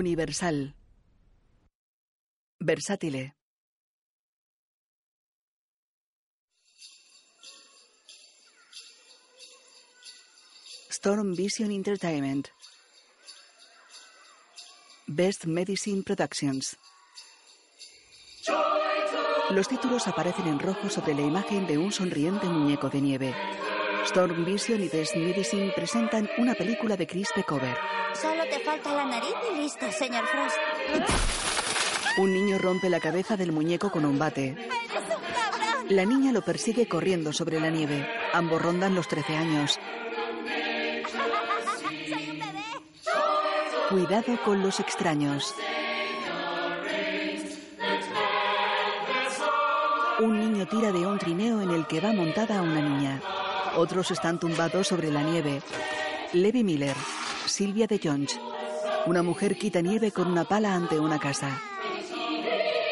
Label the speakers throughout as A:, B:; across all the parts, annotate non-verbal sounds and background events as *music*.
A: Universal. Versátile. Storm Vision Entertainment. Best Medicine Productions. Los títulos aparecen en rojo sobre la imagen de un sonriente muñeco de nieve. Storm Vision y Best Medicine presentan una película de Chris Cover.
B: Solo te falta la nariz y listo, señor Frost.
A: Un niño rompe la cabeza del muñeco con un bate.
B: ¡Eres un cabrón!
A: La niña lo persigue corriendo sobre la nieve. Ambos rondan los 13 años.
B: ¡Soy un bebé!
A: Cuidado con los extraños. Un niño tira de un trineo en el que va montada una niña. Otros están tumbados sobre la nieve. Levi Miller, Silvia de Jones. Una mujer quita nieve con una pala ante una casa.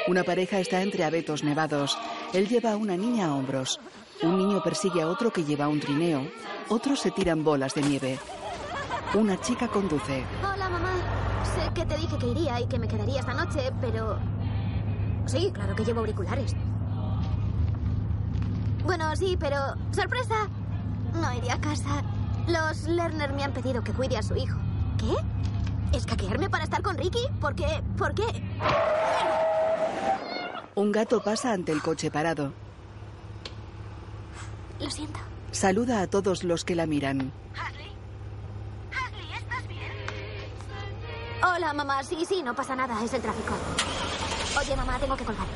A: Una pareja está entre abetos nevados. Él lleva a una niña a hombros. Un niño persigue a otro que lleva un trineo. Otros se tiran bolas de nieve. Una chica conduce.
C: Hola, mamá. Sé que te dije que iría y que me quedaría esta noche, pero... Sí, claro que llevo auriculares. Bueno, sí, pero... ¡Sorpresa! No iré a casa. Los Lerner me han pedido que cuide a su hijo. ¿Qué? ¿Escaquearme para estar con Ricky? ¿Por qué? ¿Por qué?
A: Un gato pasa ante el coche parado.
C: Lo siento.
A: Saluda a todos los que la miran.
B: ¿Harley? ¿Harley, estás bien?
C: Hola, mamá. Sí, sí, no pasa nada. Es el tráfico. Oye, mamá, tengo que colgar.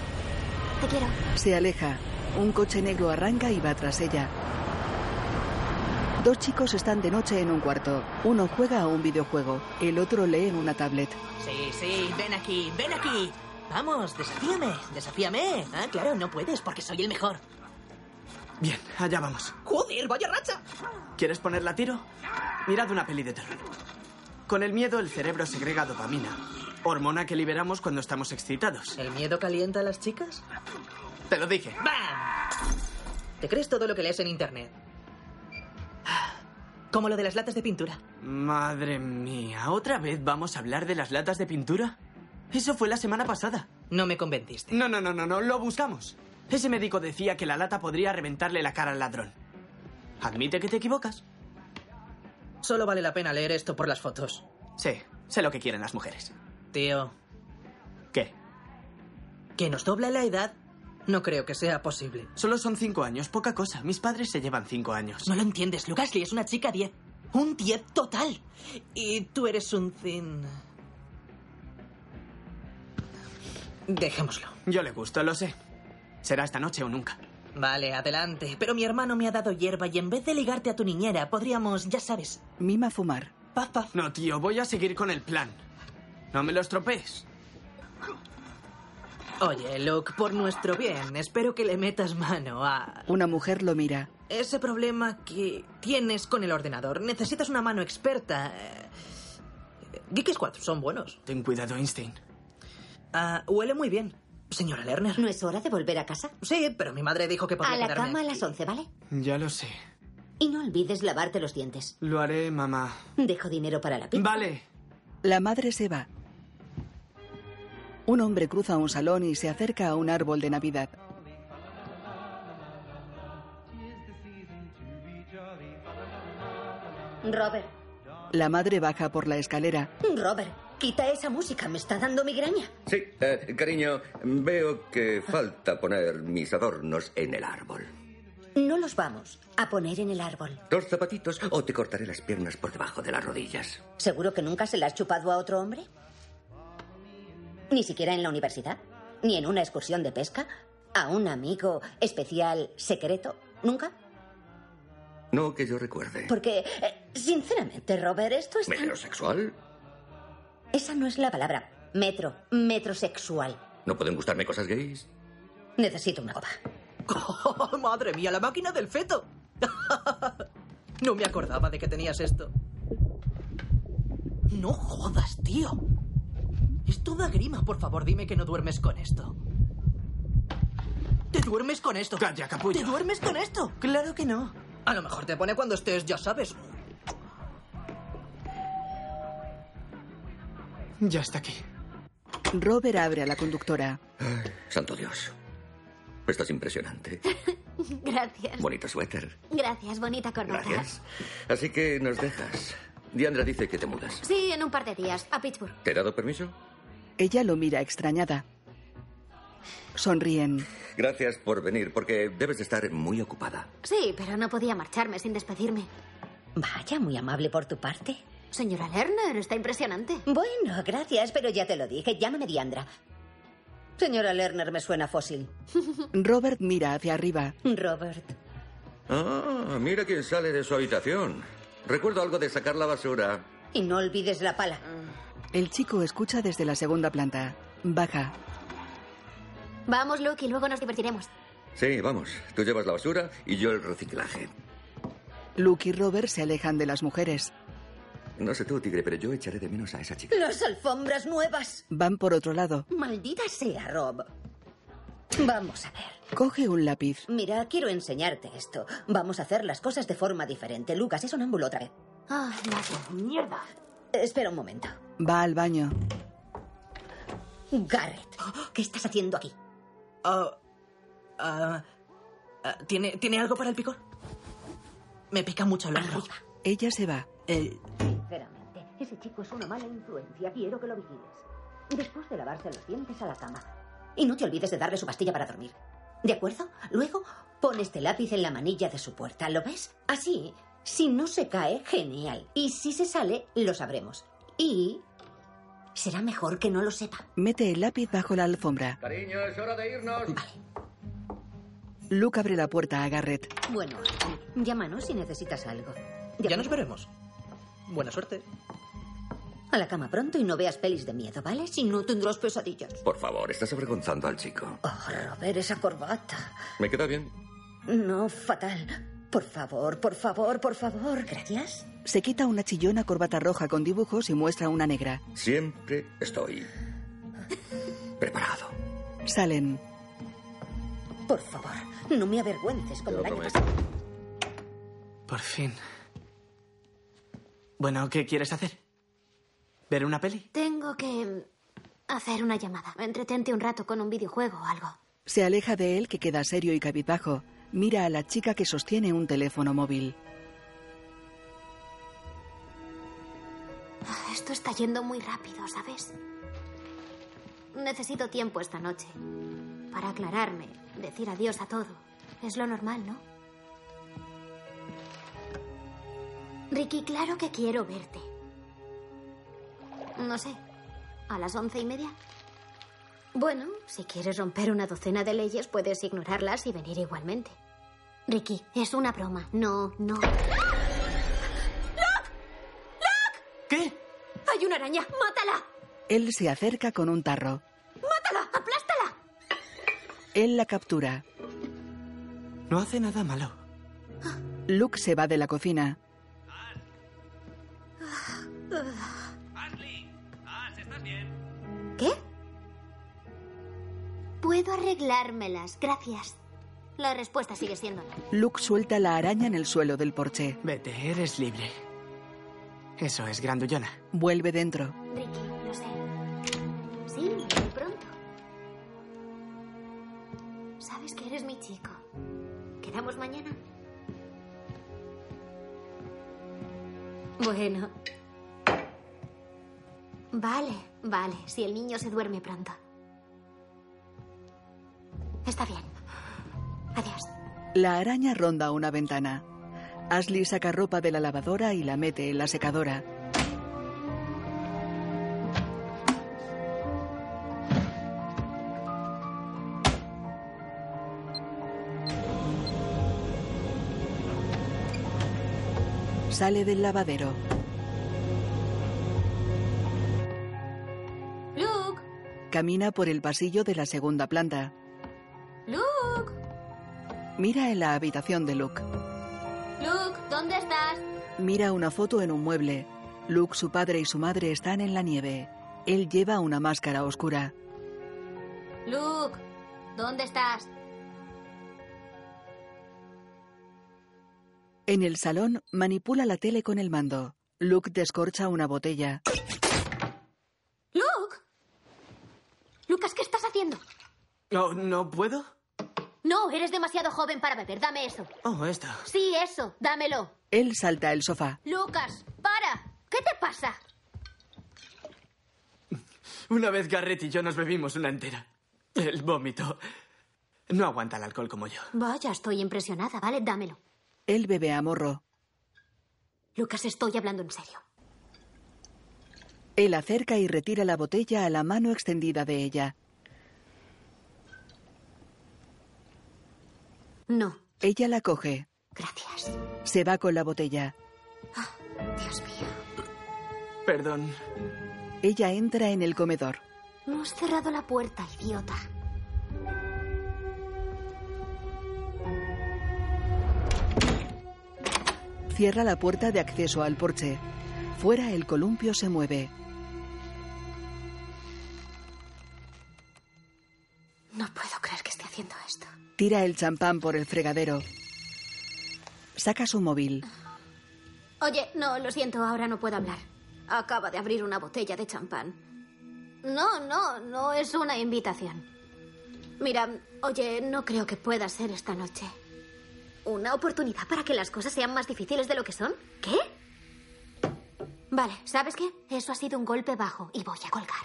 C: Te quiero.
A: Se aleja. Un coche negro arranca y va tras ella. Dos chicos están de noche en un cuarto. Uno juega a un videojuego, el otro lee en una tablet.
D: Sí, sí, ven aquí, ven aquí. Vamos, desafíame, desafíame. Ah, claro, no puedes porque soy el mejor.
E: Bien, allá vamos.
D: ¡Joder, vaya racha!
E: ¿Quieres ponerla a tiro? Mirad una peli de terror. Con el miedo el cerebro segrega dopamina, hormona que liberamos cuando estamos excitados.
D: ¿El miedo calienta a las chicas?
E: Te lo dije.
D: ¡Bam! ¿Te crees todo lo que lees en internet? Como lo de las latas de pintura.
E: Madre mía, ¿otra vez vamos a hablar de las latas de pintura? Eso fue la semana pasada.
D: No me convenciste.
E: No, no, no, no, no, lo buscamos. Ese médico decía que la lata podría reventarle la cara al ladrón. Admite que te equivocas.
D: Solo vale la pena leer esto por las fotos.
E: Sí, sé lo que quieren las mujeres.
D: Tío,
E: ¿Qué?
D: que nos dobla la edad no creo que sea posible.
E: Solo son cinco años, poca cosa. Mis padres se llevan cinco años.
D: Pues No lo entiendes, Lucas Lee es una chica 10. Un 10 total. Y tú eres un thin... Dejémoslo.
E: Yo le gusto, lo sé. Será esta noche o nunca.
D: Vale, adelante. Pero mi hermano me ha dado hierba y en vez de ligarte a tu niñera, podríamos, ya sabes,
A: Mima fumar.
D: paf, paf.
E: No, tío, voy a seguir con el plan. No me lo estropees.
D: Oye, Luke, por nuestro bien, espero que le metas mano a
A: Una mujer lo mira.
D: ese problema que tienes con el ordenador. Necesitas una mano experta. Eh, Geek Squad son buenos.
E: Ten cuidado, Einstein.
D: Ah, huele muy bien. Señora Lerner.
F: ¿No es hora de volver a casa?
D: Sí, pero mi madre dijo que podía
F: A la
D: quedarme
F: cama a
D: aquí.
F: las 11, ¿vale?
E: Ya lo sé.
F: Y no olvides lavarte los dientes.
E: Lo haré, mamá.
F: Dejo dinero para la pizza.
E: Vale.
A: La madre se va. Un hombre cruza un salón y se acerca a un árbol de Navidad.
F: Robert,
A: La madre baja por la escalera.
F: Robert, quita esa música, me está dando migraña.
G: Sí, eh, cariño, veo que falta poner mis adornos en el árbol.
F: No los vamos a poner en el árbol.
G: Dos zapatitos o te cortaré las piernas por debajo de las rodillas.
F: ¿Seguro que nunca se la has chupado a otro hombre? Ni siquiera en la universidad, ni en una excursión de pesca, a un amigo especial secreto, nunca.
G: No que yo recuerde.
F: Porque, eh, sinceramente, Robert, esto es... tan-
G: ¿Metrosexual?
F: Esa no es la palabra. Metro, metrosexual.
G: ¿No pueden gustarme cosas gays?
F: Necesito una copa.
D: *laughs* madre mía, la máquina del feto. *laughs* No me acordaba de que tenías esto. No jodas, tío. Es toda grima. Por favor, dime que no duermes con esto. ¿Te duermes con esto?
E: Calla, capullo.
D: ¿Te duermes con esto? Claro que no. A lo mejor te pone cuando estés, ya sabes.
E: Ya está aquí.
A: Robert abre a la conductora.
G: Santo Dios. Estás impresionante.
C: Gracias.
G: Bonito suéter.
C: Gracias, bonita corbata.
G: Gracias. Así que nos dejas. Diandra dice que te mudas.
C: Sí, en un par de días, a Pittsburgh.
G: ¿Te he dado permiso?
A: Ella lo mira extrañada. Sonríen.
G: Gracias por venir, porque debes de estar muy ocupada.
C: Sí, pero no podía marcharme sin despedirme.
F: Vaya, muy amable por tu parte.
C: Señora Lerner, está impresionante.
F: Bueno, gracias, pero ya te lo dije. Llámame Diandra. Señora Lerner me suena fósil.
A: Robert mira hacia arriba.
F: Robert.
G: Ah, mira quién sale de su habitación. Recuerdo algo de sacar la basura.
F: Y no olvides la pala.
A: El chico escucha desde la segunda planta. Baja.
C: Vamos, Luke, y luego nos divertiremos.
G: Sí, vamos. Tú llevas la basura y yo el reciclaje.
A: Luke y Robert se alejan de las mujeres.
G: No sé tú, tigre, pero yo echaré de menos a esa chica.
F: Las alfombras nuevas.
A: Van por otro lado.
F: Maldita sea, Rob. Vamos a ver.
A: Coge un lápiz.
F: Mira, quiero enseñarte esto. Vamos a hacer las cosas de forma diferente. Lucas es sonámbulo otra vez.
C: Ah, la mierda.
F: Eh, Espera un momento.
A: Va al baño.
F: Garrett, ¿qué estás haciendo aquí?
D: Ah, ah, ah, ¿tiene, ¿Tiene algo para el picor? Me pica mucho el hombro.
F: Arriba.
A: Ella se va.
D: Eh,
F: Sinceramente, ese chico es una mala influencia. Quiero que lo vigiles. Después de lavarse los dientes a la cama. Y no te olvides de darle su pastilla para dormir. ¿De acuerdo? Luego, pon este lápiz en la manilla de su puerta. ¿Lo ves? Así, si no se cae, genial. Y si se sale, lo sabremos. Y... Será mejor que no lo sepa.
A: Mete el lápiz bajo la alfombra.
G: Cariño, es hora de irnos.
A: Luke abre la puerta a Garrett.
F: Bueno, llámanos si necesitas algo. De
D: ya nos
F: acuerdo.
D: veremos. Buena suerte.
F: A la cama pronto y no veas pelis de miedo, ¿vale? Si no tendrás pesadillas.
G: Por favor, estás avergonzando al chico.
F: Oh, Robert, esa corbata.
G: ¿Me queda bien?
F: No, fatal. Por favor, por favor, por favor. Gracias.
A: Se quita una chillona corbata roja con dibujos y muestra una negra.
G: Siempre estoy preparado.
A: Salen.
F: Por favor, no me avergüences como
G: Te lo
F: el año
G: prometo.
F: pasado.
E: Por fin. Bueno, ¿qué quieres hacer? ¿Ver una peli?
C: Tengo que mm, hacer una llamada. Entretente un rato con un videojuego o algo.
A: Se aleja de él que queda serio y cabizbajo. Mira a la chica que sostiene un teléfono móvil.
C: Ah, Esto está yendo muy rápido, ¿sabes? Necesito tiempo esta noche. Para aclararme, decir adiós a todo. Es lo normal, ¿no? Ricky, claro que quiero verte. No sé, a las once y media. Bueno, si quieres romper una docena de leyes, puedes ignorarlas y venir igualmente. Ricky, es una broma. No, no.
E: ¿Qué?
C: ¡Hay una araña! ¡Mátala!
A: Él se acerca con un tarro.
C: ¡Mátala! ¡Aplástala!
A: Él la captura.
E: No hace nada malo.
A: Luke se va de la cocina.
C: ¿Qué? Puedo arreglármelas, gracias. La respuesta sigue siendo no.
A: Luke suelta la araña en el suelo del porche.
E: Vete, eres libre. Eso es grandullona.
A: Vuelve dentro.
C: Ricky, lo sé. Sí, muy pronto. Sabes que eres mi chico. ¿Quedamos mañana? Bueno. Vale, vale, si el niño se duerme pronto. Está bien. Adiós.
A: La araña ronda una ventana. Ashley saca ropa de la lavadora y la mete en la secadora. Sale del lavadero.
C: Luke,
A: Camina por el pasillo de la segunda planta.
C: Luke.
A: Mira en la habitación de Luke.
C: Luke, ¿dónde estás?
A: Mira una foto en un mueble. Luke, su padre y su madre están en la nieve. Él lleva una máscara oscura.
C: Luke, ¿dónde estás?
A: En el salón, manipula la tele con el mando. Luke descorcha una botella.
C: Luke. Lucas, ¿qué estás haciendo?
E: Oh, ¿No puedo?
C: No, eres demasiado joven para beber. Dame eso.
E: Oh, esto.
C: Sí, eso. Dámelo.
A: Él salta el sofá.
C: Lucas, para. ¿Qué te pasa?
E: Una vez Garrett y yo nos bebimos una entera. El vómito. No aguanta el alcohol como yo.
C: Vaya, estoy impresionada, ¿vale? Dámelo.
A: Él bebe a morro.
C: Lucas, estoy hablando en serio.
A: Él acerca y retira la botella a la mano extendida de ella.
C: No,
A: Ella la coge.
C: gracias.
A: Se va con la botella.
C: Dios mío.
E: Perdón.
A: Ella entra en el comedor.
C: No has cerrado la puerta, idiota.
A: Cierra la puerta de acceso al porche. Fuera el columpio se mueve.
C: No puedo creer que esté haciendo esto.
A: Tira el champán por el fregadero. Saca su móvil.
C: Oye, no, lo siento, ahora no puedo hablar. Acaba de abrir una botella de champán. No, no, no es una invitación. Mira, oye, no creo que pueda ser esta noche. ¿Una oportunidad para que las cosas sean más difíciles de lo que son? ¿Qué? Vale, ¿sabes qué? Eso ha sido un golpe bajo y voy a colgar.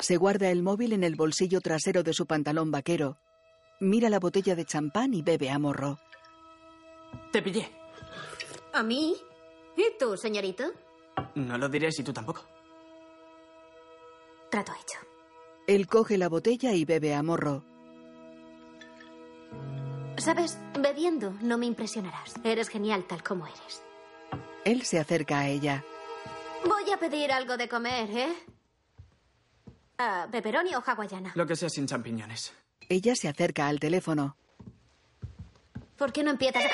A: Se guarda el móvil en el bolsillo trasero de su pantalón vaquero. Mira la botella de champán y bebe a morro.
E: Te pillé.
C: ¿A mí? ¿Y tú, señorito?
E: No lo diré si tú tampoco.
C: Trato hecho.
A: Él coge la botella y bebe a morro.
C: Sabes, bebiendo no me impresionarás. Eres genial tal como eres.
A: Él se acerca a ella.
C: Voy a pedir algo de comer, ¿eh? Ah, ¿Pepperoni o hawaiana?
E: Lo que sea sin champiñones.
A: Ella se acerca al teléfono.
C: ¿Por qué no empiezas?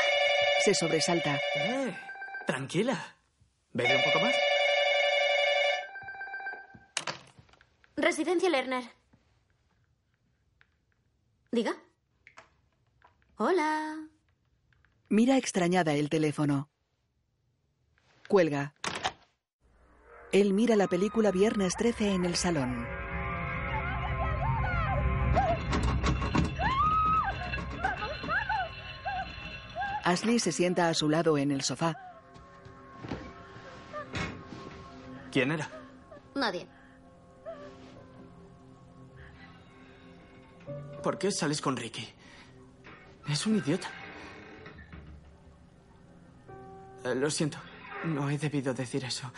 A: Se sobresalta.
E: Eh, tranquila. Bebe un poco más.
C: Residencia Lerner. Diga. Hola.
A: Mira extrañada el teléfono. Cuelga. Él mira la película Viernes 13 en el salón. Ashley se sienta a su lado en el sofá.
E: ¿Quién era?
C: Nadie.
E: ¿Por qué sales con Ricky? Es un idiota. Eh, Lo siento. No he debido decir eso.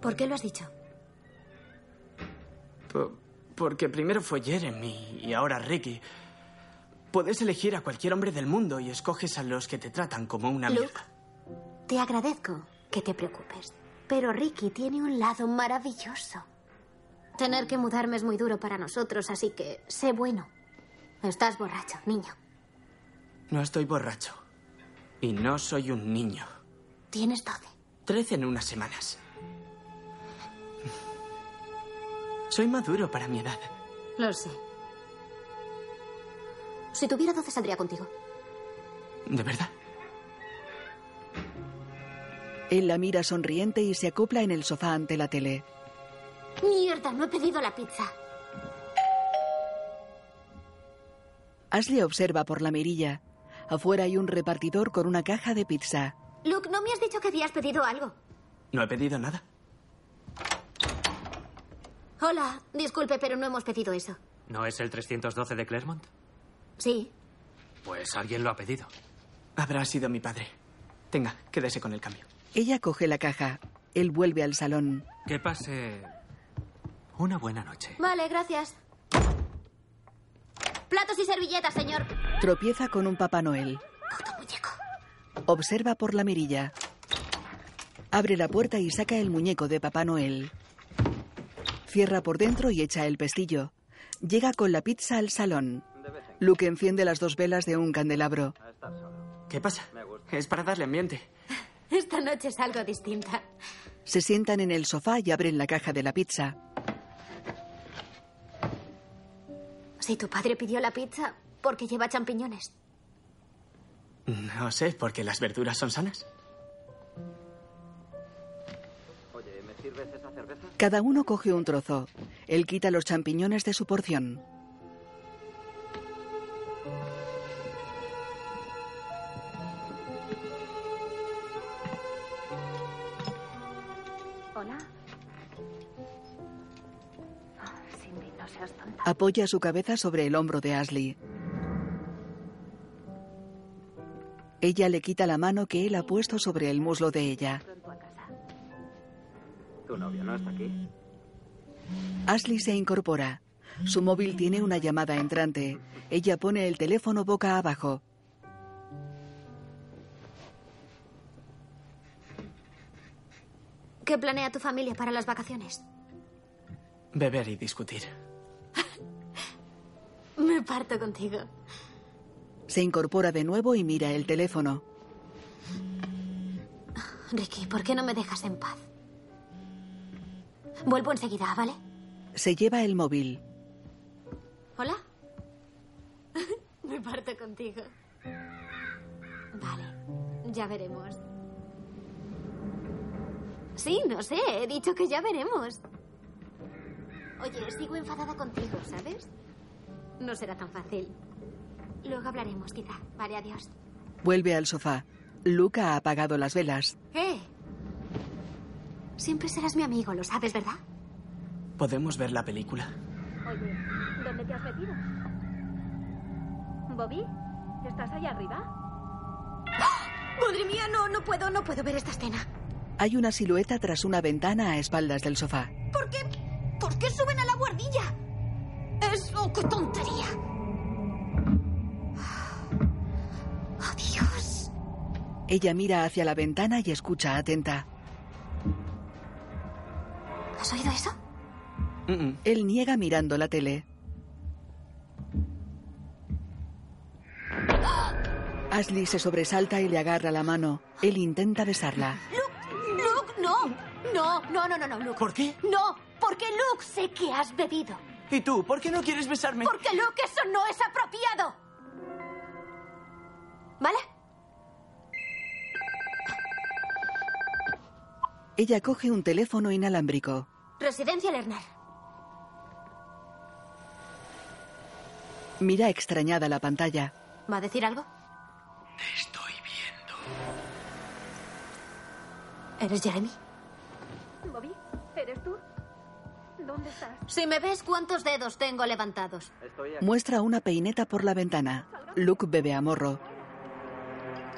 C: ¿Por qué lo has dicho?
E: Po- porque primero fue Jeremy y ahora Ricky. Puedes elegir a cualquier hombre del mundo y escoges a los que te tratan como una
C: Luke.
E: mierda.
C: Te agradezco que te preocupes. Pero Ricky tiene un lado maravilloso. Tener que mudarme es muy duro para nosotros, así que sé bueno. Estás borracho, niño.
E: No estoy borracho. Y no soy un niño.
C: Tienes 12.
E: Trece en unas semanas. Soy maduro para mi edad.
C: Lo sé. Si tuviera 12 saldría contigo.
E: ¿De verdad?
A: Él la mira sonriente y se acopla en el sofá ante la tele.
C: Mierda, no he pedido la pizza.
A: Ashley observa por la mirilla. Afuera hay un repartidor con una caja de pizza.
C: Luke, no me has dicho que habías pedido algo.
E: No he pedido nada.
C: Hola, disculpe, pero no hemos pedido eso.
H: ¿No es el 312 de Clermont?
C: Sí.
H: Pues alguien lo ha pedido.
E: Habrá sido mi padre. Tenga, quédese con el cambio.
A: Ella coge la caja. Él vuelve al salón.
H: Que pase una buena noche.
C: Vale, gracias. Platos y servilletas, señor.
A: Tropieza con un Papá Noel.
C: Puto muñeco.
A: Observa por la mirilla. Abre la puerta y saca el muñeco de Papá Noel. Cierra por dentro y echa el pestillo. Llega con la pizza al salón. Luke enciende las dos velas de un candelabro.
E: ¿Qué pasa? Es para darle ambiente.
C: Esta noche es algo distinta.
A: Se sientan en el sofá y abren la caja de la pizza.
C: Si tu padre pidió la pizza, porque lleva champiñones?
E: No sé, porque las verduras son sanas.
A: Cada uno coge un trozo. Él quita los champiñones de su porción.
B: Hola. Oh, Cindy, no seas tonta.
A: Apoya su cabeza sobre el hombro de Ashley. Ella le quita la mano que él ha puesto sobre el muslo de ella.
I: Tu novio no está aquí.
A: Ashley se incorpora. Su móvil tiene una llamada entrante. Ella pone el teléfono boca abajo.
C: ¿Qué planea tu familia para las vacaciones?
E: Beber y discutir.
C: Me parto contigo.
A: Se incorpora de nuevo y mira el teléfono.
C: Ricky, ¿por qué no me dejas en paz? Vuelvo enseguida, ¿vale?
A: Se lleva el móvil.
C: ¿Hola? *laughs* Me parto contigo. Vale, ya veremos. Sí, no sé, he dicho que ya veremos. Oye, sigo enfadada contigo, ¿sabes? No será tan fácil. Luego hablaremos, quizá. Vale, adiós.
A: Vuelve al sofá. Luca ha apagado las velas.
C: ¡Eh! Siempre serás mi amigo, lo sabes, ¿verdad?
E: ¿Podemos ver la película?
B: Oye, ¿dónde te has metido? ¿Bobby? ¿Estás ahí arriba?
C: ¡Ah! ¡Madre mía, no, no puedo, no puedo ver esta escena!
A: Hay una silueta tras una ventana a espaldas del sofá.
C: ¿Por qué? ¿Por qué suben a la guardilla? ¡Eso, qué tontería! ¡Oh, Dios!
A: Ella mira hacia la ventana y escucha atenta.
C: ¿Has oído eso?
E: Mm, mm.
A: Él niega mirando la tele. Ashley se sobresalta y le agarra la mano. Él intenta besarla.
C: Luke, Luke, no. No, no, no, no, no, Luke.
E: ¿Por qué?
C: No, porque Luke sé que has bebido.
E: ¿Y tú? ¿Por qué no quieres besarme?
C: Porque Luke, eso no es apropiado. ¿Vale?
A: Ella coge un teléfono inalámbrico.
C: Residencia Lerner.
A: Mira extrañada la pantalla.
C: ¿Va a decir algo?
G: Estoy viendo.
C: ¿Eres Jeremy?
B: ¿Bobby? ¿Eres tú? ¿Dónde estás?
C: Si me ves, ¿cuántos dedos tengo levantados?
I: Estoy aquí.
A: Muestra una peineta por la ventana. Luke bebe a morro.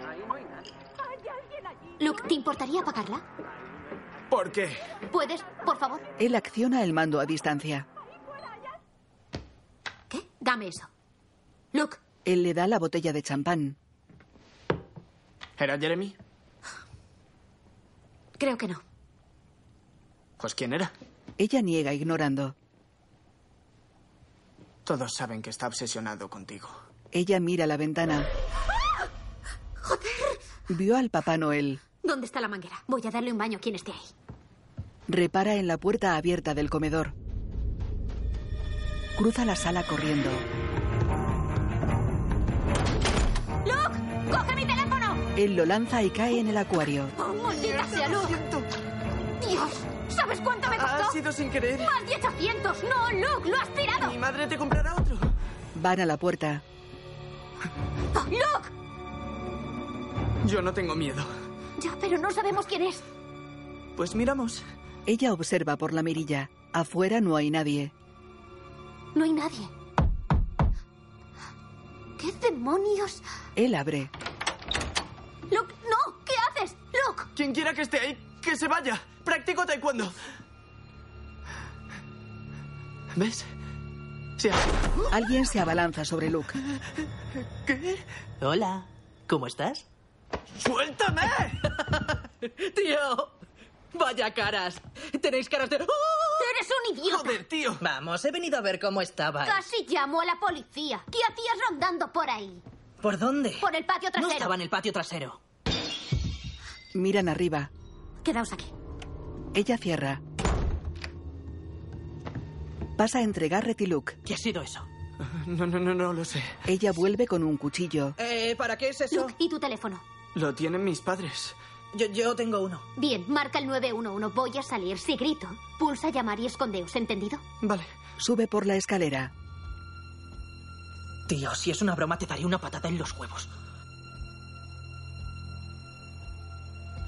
I: Ahí no hay nadie.
B: ¡Hay alguien allí!
C: Luke, ¿te importaría apagarla?
E: ¿Por qué?
C: ¿Puedes, por favor?
A: Él acciona el mando a distancia.
C: ¿Qué? Dame eso. Luke,
A: Él le da la botella de champán.
E: ¿Era Jeremy?
C: creo que no.
E: Pues ¿quién era?
A: Ella niega ignorando.
E: Todos saben que está obsesionado contigo.
A: Ella mira la ventana. Vio al Papá Noel.
C: ¿Dónde está la manguera? Voy a darle un baño a quien esté ahí.
A: Repara en la puerta abierta del comedor. Cruza la sala corriendo.
C: ¡Luke! ¡Coge mi teléfono!
A: Él lo lanza y cae en el acuario.
C: ¡Oh, maldita sea, Luke! ¡Dios! ¿Sabes cuánto me
B: Ah,
E: Ha
C: costó?
E: sido sin querer.
C: ¡Más de 800! ¡No, Luke! ¡Lo has tirado!
E: Mi madre te comprará otro.
A: Van a la puerta.
C: ¡Oh, ¡Luke!
E: Yo no tengo miedo.
C: Ya, pero no sabemos quién es.
E: Pues miramos.
A: Ella observa por la mirilla. Afuera no hay nadie.
C: No hay nadie. ¿Qué demonios?
A: Él abre.
C: Luke, no, ¿qué haces? Luke,
E: Quien quiera que esté ahí, que se vaya. Practico taekwondo. ¿Ves? Sí.
A: Alguien se abalanza sobre Luke.
E: ¿Qué?
D: Hola, ¿cómo estás?
E: ¡Suéltame!
D: ¡Tío! ¡Vaya caras! Tenéis caras de... ¡Oh!
C: eres un idiota.
E: *laughs* ¡Joder, tío!
D: Vamos, he venido a ver cómo estabas.
C: Casi llamo a la policía. ¿Qué hacías rondando por ahí?
D: ¿Por dónde?
C: Por el patio
D: No
C: trasero.
D: estaba en el patio trasero.
A: Miran arriba.
C: Quedaos aquí.
A: Ella cierra. Pasa entre Garrett y Luke.
D: ¿Qué ha sido eso?
E: No, no, no, no lo sé.
A: Ella vuelve con un cuchillo.
D: Eh, ¿Para qué es eso?
C: Luke, ¿y tu teléfono?
E: Lo tienen mis padres.
D: Yo, yo tengo uno.
C: Bien, marca el 911. Voy a salir. Si grito, pulsa llamar y escondeos, ¿entendido?
E: Vale.
A: Sube por la escalera.
D: Tío, si es una broma te daré una patada en los huevos.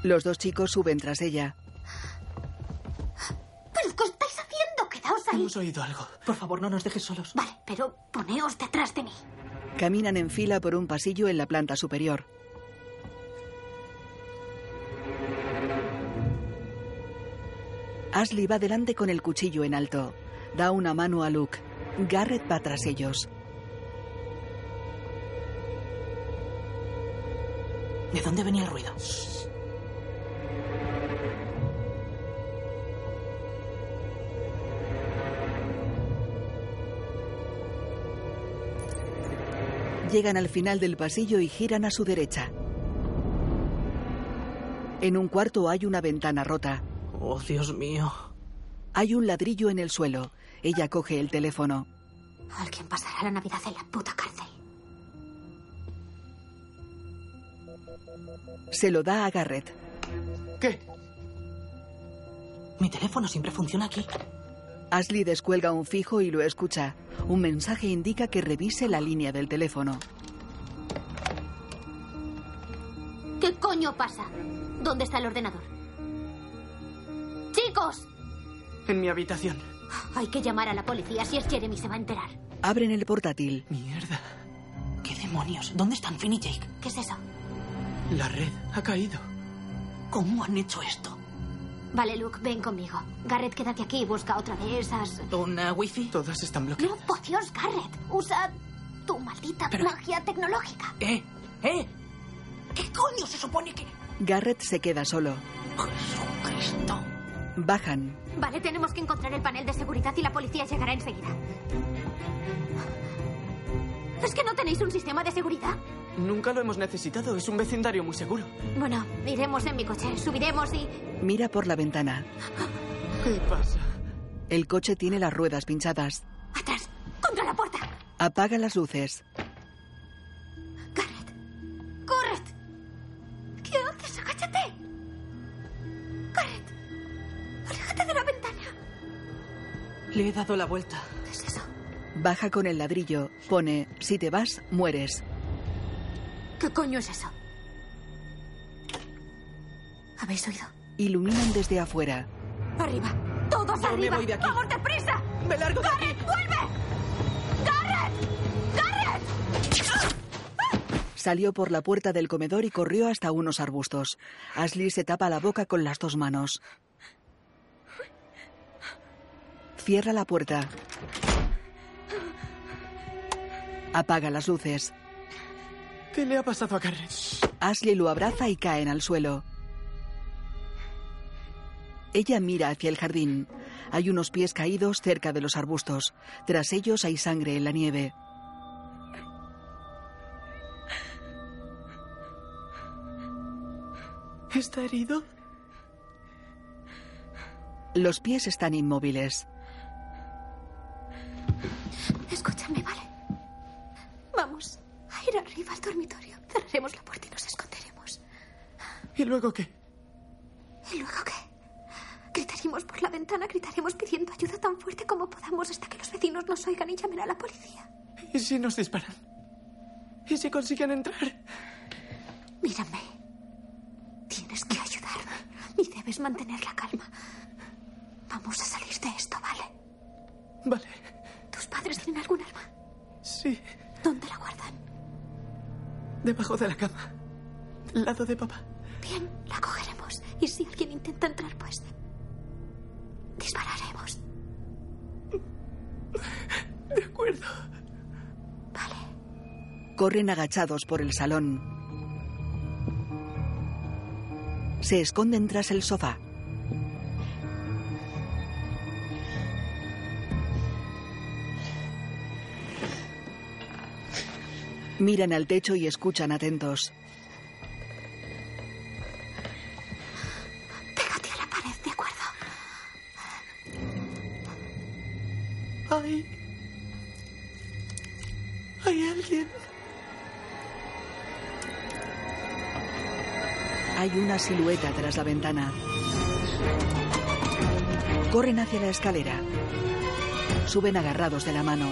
A: Los dos chicos suben tras ella.
C: ¿Pero qué estáis haciendo? Quedaos ahí.
E: Hemos oído algo.
D: Por favor, no nos dejes solos.
C: Vale, pero poneos detrás de mí.
A: Caminan en fila por un pasillo en la planta superior. Ashley va delante con el cuchillo en alto. Da una mano a Luke. Garrett va tras ellos.
D: ¿De dónde venía el ruido?
A: Llegan al final del pasillo y giran a su derecha. En un cuarto hay una ventana rota.
D: Oh, Dios mío.
A: Hay un ladrillo en el suelo. Ella coge el teléfono.
C: Alguien pasará la Navidad en la puta cárcel.
A: Se lo da a Garrett.
E: ¿Qué?
D: Mi teléfono siempre funciona aquí.
A: Ashley descuelga un fijo y lo escucha. Un mensaje indica que revise la línea del teléfono.
C: ¿Qué coño pasa? ¿Dónde está el ordenador? ¡Chicos!
E: En mi habitación.
C: Hay que llamar a la policía. Si es Jeremy, se va a enterar.
A: Abren el portátil.
E: Mierda.
D: ¿Qué demonios? ¿Dónde están Finn y Jake?
C: ¿Qué es eso?
E: La red ha caído.
D: ¿Cómo han hecho esto?
C: Vale, Luke, ven conmigo. Garrett, quédate aquí y busca otra de esas.
D: ¿Una wifi?
E: Todas están
C: No,
E: bloqueadas.
C: por Dios, Garrett. Usa tu maldita
D: Pero-
C: magia tecnológica.
D: ¿Eh? ¿Eh? ¿Qué coño se supone que...?
A: Garrett se queda solo.
D: ¡Jesucristo!
A: Bajan.
C: Vale, tenemos que encontrar el panel de seguridad y la policía llegará enseguida. ¿Es que no tenéis un sistema de seguridad?
E: Nunca lo hemos necesitado. Es un vecindario muy seguro.
C: Bueno, iremos en mi coche, subiremos y...
A: Mira por la ventana.
E: ¿Qué pasa?
A: El coche tiene las ruedas pinchadas.
C: ¡Atrás! ¡Contra la puerta!
A: Apaga las luces.
C: ¡Garrett! ¡Garrett! ¿Qué haces? ¡Agáchate! ¡Garrett! ¡Aléjate de la ventana!
D: Le he dado la vuelta.
C: ¿Qué es eso?
A: Baja con el ladrillo. Pone, si te vas, mueres.
C: ¿Qué coño es eso? ¿Habéis oído?
A: Iluminan desde afuera.
C: ¡Arriba! ¡Todos
D: Yo me
C: arriba!
D: voy de aquí.
C: ¡Vamos deprisa!
D: ¡Me largo de aquí!
A: Salió por la puerta del comedor y corrió hasta unos arbustos. Ashley se tapa la boca con las dos manos. Cierra la puerta. Apaga las luces.
E: ¿Qué le ha pasado a Karen?
A: Ashley lo abraza y caen al suelo. Ella mira hacia el jardín. Hay unos pies caídos cerca de los arbustos. Tras ellos hay sangre en la nieve.
E: ¿Está herido?
A: Los pies están inmóviles.
C: Escúchame, ¿vale? Vamos a ir arriba al dormitorio. Cerraremos la puerta y nos esconderemos.
E: ¿Y luego qué?
C: ¿Y luego qué? Gritaremos por la ventana, gritaremos pidiendo ayuda tan fuerte como podamos hasta que los vecinos nos oigan y llamen a la policía.
E: ¿Y si nos disparan? ¿Y si consiguen entrar?
C: Mírame. Tienes que ayudarme y debes mantener la calma. Vamos a salir de esto, ¿vale?
E: Vale.
C: ¿Tus padres tienen algún arma?
E: Sí.
C: ¿Dónde la guardan?
E: Debajo de la cama. Al lado de papá.
C: Bien, la cogeremos. Y si alguien intenta entrar, pues... Dispararemos.
E: De acuerdo.
A: Corren agachados por el salón. Se esconden tras el sofá. Miran al techo y escuchan atentos.
C: Pégate a la pared, ¿de acuerdo?
E: Hay. Hay alguien.
A: Hay una silueta tras la ventana. Corren hacia la escalera. Suben agarrados de la mano.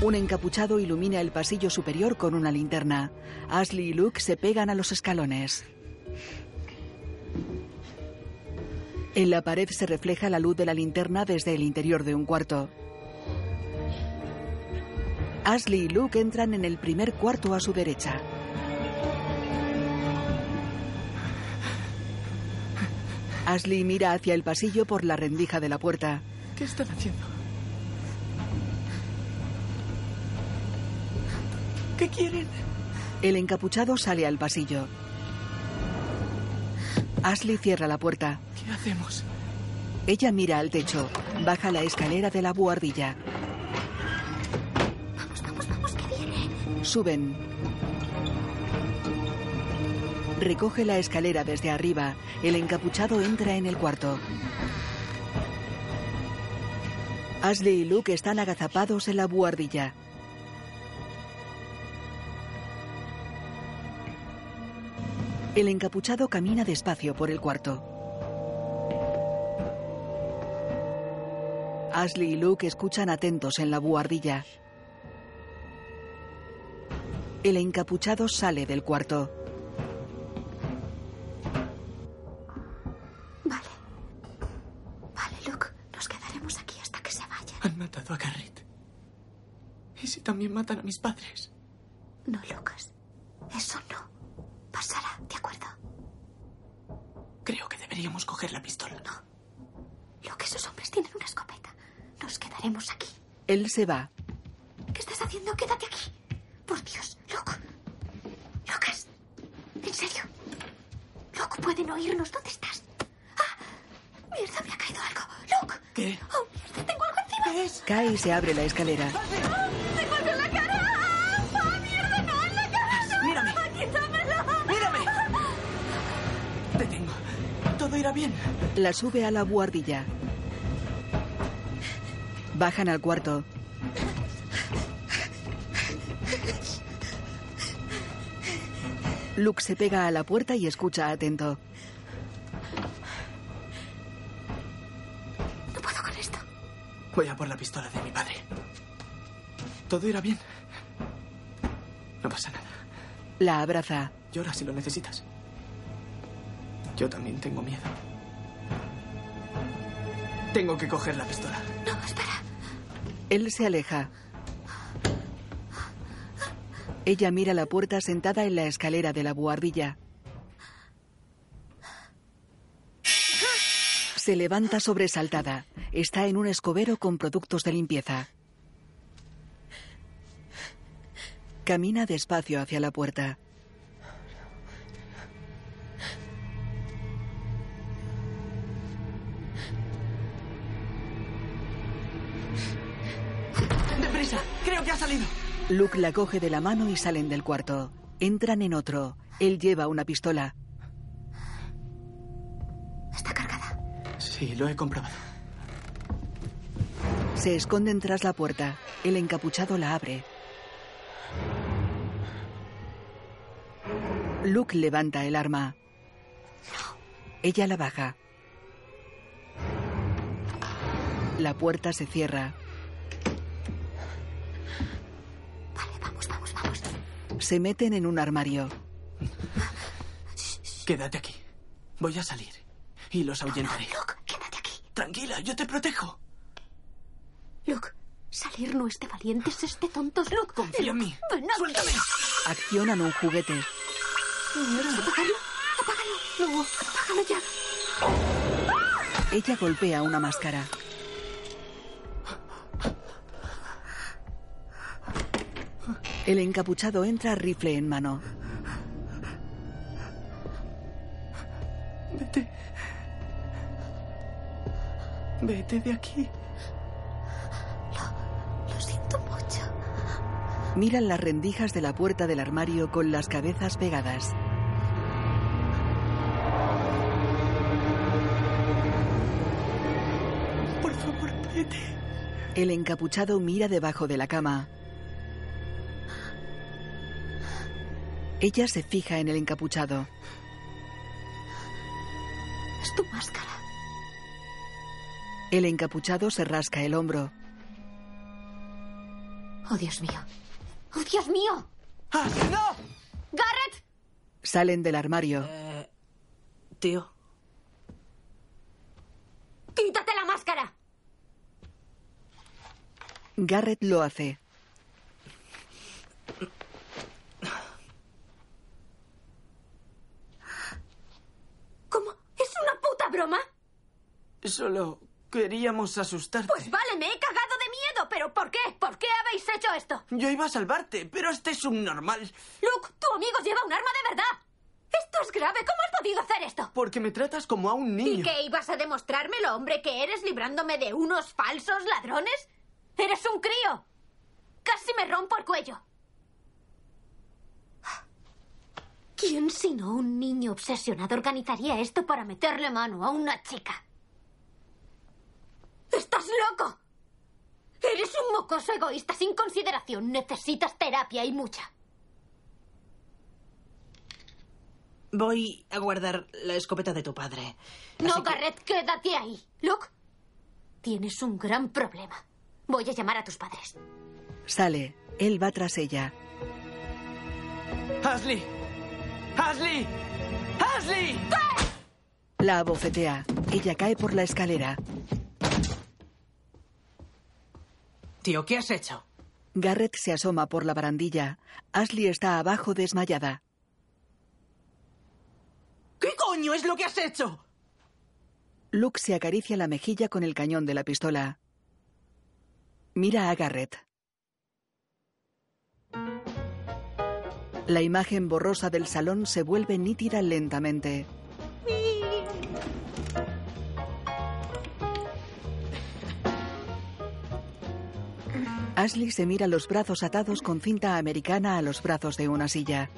A: Un encapuchado ilumina el pasillo superior con una linterna. Ashley y Luke se pegan a los escalones. En la pared se refleja la luz de la linterna desde el interior de un cuarto. Ashley y Luke entran en el primer cuarto a su derecha. Ashley mira hacia el pasillo por la rendija de la puerta.
E: ¿Qué están haciendo? ¿Qué quieren?
A: El encapuchado sale al pasillo. Ashley cierra la puerta.
E: ¿Qué hacemos?
A: Ella mira al techo, baja la escalera de la buhardilla.
C: Vamos, vamos, vamos, que viene.
A: Suben. Recoge la escalera desde arriba. El encapuchado entra en el cuarto. Ashley y Luke están agazapados en la buhardilla. El encapuchado camina despacio por el cuarto. Ashley y Luke escuchan atentos en la buhardilla. El encapuchado sale del cuarto.
C: Vale. Vale, Luke, nos quedaremos aquí hasta que se vaya.
E: Han matado a Garrett. ¿Y si también matan a mis padres?
C: No, Lucas. Eso no. Pasará, ¿de acuerdo?
E: Creo que deberíamos coger la pistola.
C: Lo que esos hombres tienen una escopeta. Nos quedaremos aquí.
A: Él se va.
C: ¿Qué estás haciendo? Quédate aquí. Por Dios, Luke. Lucas. En serio. Luke, pueden oírnos. ¿Dónde estás? ¡Ah! Mierda, me ha caído algo. Luke.
E: ¿Qué?
C: Oh, mierda, tengo algo encima. Ah,
E: ¿Qué es?
A: Cae y se abre la escalera.
C: ¡Tengo algo en la cara! ¡Ah, mierda, no! ¡En la cara! No.
E: Mírame.
C: ¡Ah, ¡Quítamelo!
E: ¡Mírame! Te tengo. Todo irá bien.
A: La sube a la buhardilla. Bajan al cuarto. Luke se pega a la puerta y escucha atento.
C: No puedo con esto.
E: Voy a por la pistola de mi padre. Todo irá bien. No pasa nada.
A: La abraza.
E: Llora si lo necesitas. Yo también tengo miedo. Tengo que coger la pistola.
C: No, espera.
A: Él se aleja. Ella mira la puerta sentada en la escalera de la buhardilla. Se levanta sobresaltada. Está en un escobero con productos de limpieza. Camina despacio hacia la puerta.
E: ¡Deprisa! ¡Creo que ha salido!
A: Luke la coge de la mano y salen del cuarto. Entran en otro. Él lleva una pistola.
C: Está cargada.
E: Sí, lo he comprobado.
A: Se esconden tras la puerta. El encapuchado la abre. Luke levanta el arma. Ella la baja. La puerta se cierra.
C: Vale, vamos, vamos, vamos.
A: Se meten en un armario.
E: Quédate aquí. Voy a salir. Y los ahuyentaré.
C: Luke, quédate aquí.
E: Tranquila, yo te protejo.
C: Luke, salir no es de valientes, es de tontos. Luke,
E: Confía en mí.
C: Ven aquí.
E: ¡Suéltame!
A: Accionan un juguete.
C: Apágalo, apágalo. No, apágalo ya.
A: Ella golpea una máscara. El encapuchado entra rifle en mano.
E: Vete. Vete de aquí.
C: Lo siento mucho.
A: Miran las rendijas de la puerta del armario con las cabezas pegadas.
J: Por favor, vete.
A: El encapuchado mira debajo de la cama. Ella se fija en el encapuchado.
C: Es tu máscara.
A: El encapuchado se rasca el hombro.
C: Oh, Dios mío. ¡Oh, Dios mío!
E: ¡Ah, ¡No!
C: ¡Garrett!
A: Salen del armario.
D: Eh, Tío.
C: ¡Quítate la máscara!
A: Garrett lo hace.
C: ¿Cómo? ¿Es una puta broma?
E: Solo queríamos asustarte.
C: Pues vale, me he cagado de miedo, pero ¿por qué? ¿Por qué habéis hecho esto?
E: Yo iba a salvarte, pero este subnormal.
C: Luke, tu amigo lleva un arma de verdad. Esto es grave. ¿Cómo has podido hacer esto?
E: Porque me tratas como a un niño.
C: ¿Y qué ibas a demostrármelo, hombre, que eres librándome de unos falsos ladrones? ¡Eres un crío! Casi me rompo el cuello. ¿Quién sino un niño obsesionado organizaría esto para meterle mano a una chica? ¡Estás loco! Eres un mocoso egoísta sin consideración. Necesitas terapia y mucha.
D: Voy a guardar la escopeta de tu padre.
C: No, Garrett, quédate ahí. Luke, tienes un gran problema. Voy a llamar a tus padres.
A: Sale. Él va tras ella.
E: ¡Ashley! ¡Ashley! ¡Ashley!
A: La abofetea. Ella cae por la escalera.
D: Tío, ¿qué has hecho?
A: Garrett se asoma por la barandilla. Ashley está abajo desmayada.
D: ¿Qué coño es lo que has hecho?
A: Luke se acaricia la mejilla con el cañón de la pistola. Mira a Garrett. La imagen borrosa del salón se vuelve nítida lentamente. Ashley se mira los brazos atados con cinta americana a los brazos de una silla.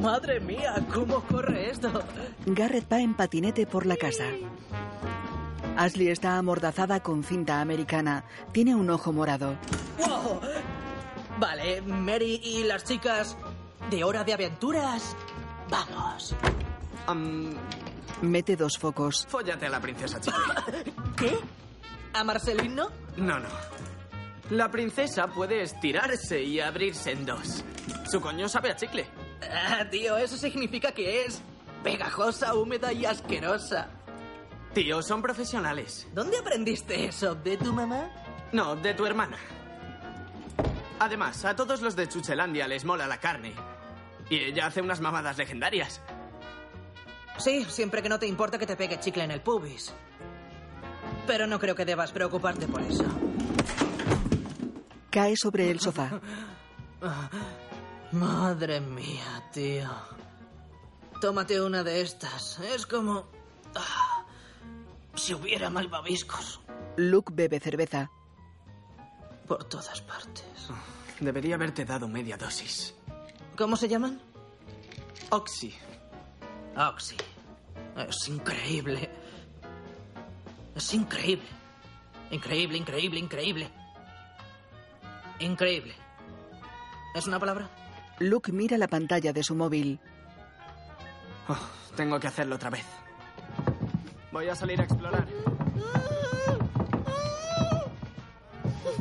D: Madre mía, ¿cómo corre esto?
A: Garrett va en patinete por la casa. Ashley está amordazada con cinta americana. Tiene un ojo morado.
D: ¡Wow! Vale, Mary y las chicas de Hora de Aventuras. Vamos.
E: Am,
A: Mete dos focos.
E: fóllate a la princesa, chica.
D: ¿Qué? ¿A Marcelino?
E: No, no. La princesa puede estirarse y abrirse en dos. Su coño sabe a chicle.
D: Ah, tío, eso significa que es pegajosa, húmeda y asquerosa.
E: Tío, son profesionales.
D: ¿Dónde aprendiste eso? ¿De tu mamá?
E: No, de tu hermana. Además, a todos los de Chuchelandia les mola la carne. Y ella hace unas mamadas legendarias.
D: Sí, siempre que no te importa que te pegue chicle en el pubis. Pero no creo que debas preocuparte por eso.
A: Cae sobre el sofá.
D: Madre mía, tío. Tómate una de estas. Es como... ah, si hubiera malvaviscos
A: Luke bebe cerveza.
D: por todas partes.
E: Debería haberte dado media dosis.
D: ¿Cómo se llaman?
E: Oxy.
D: Oxy. Es increíble. Es increíble. Increíble, increíble, increíble. Increíble. ¿Es una palabra?
A: Luke mira la pantalla de su móvil.
E: Oh, tengo que hacerlo otra vez. Voy a salir a explorar.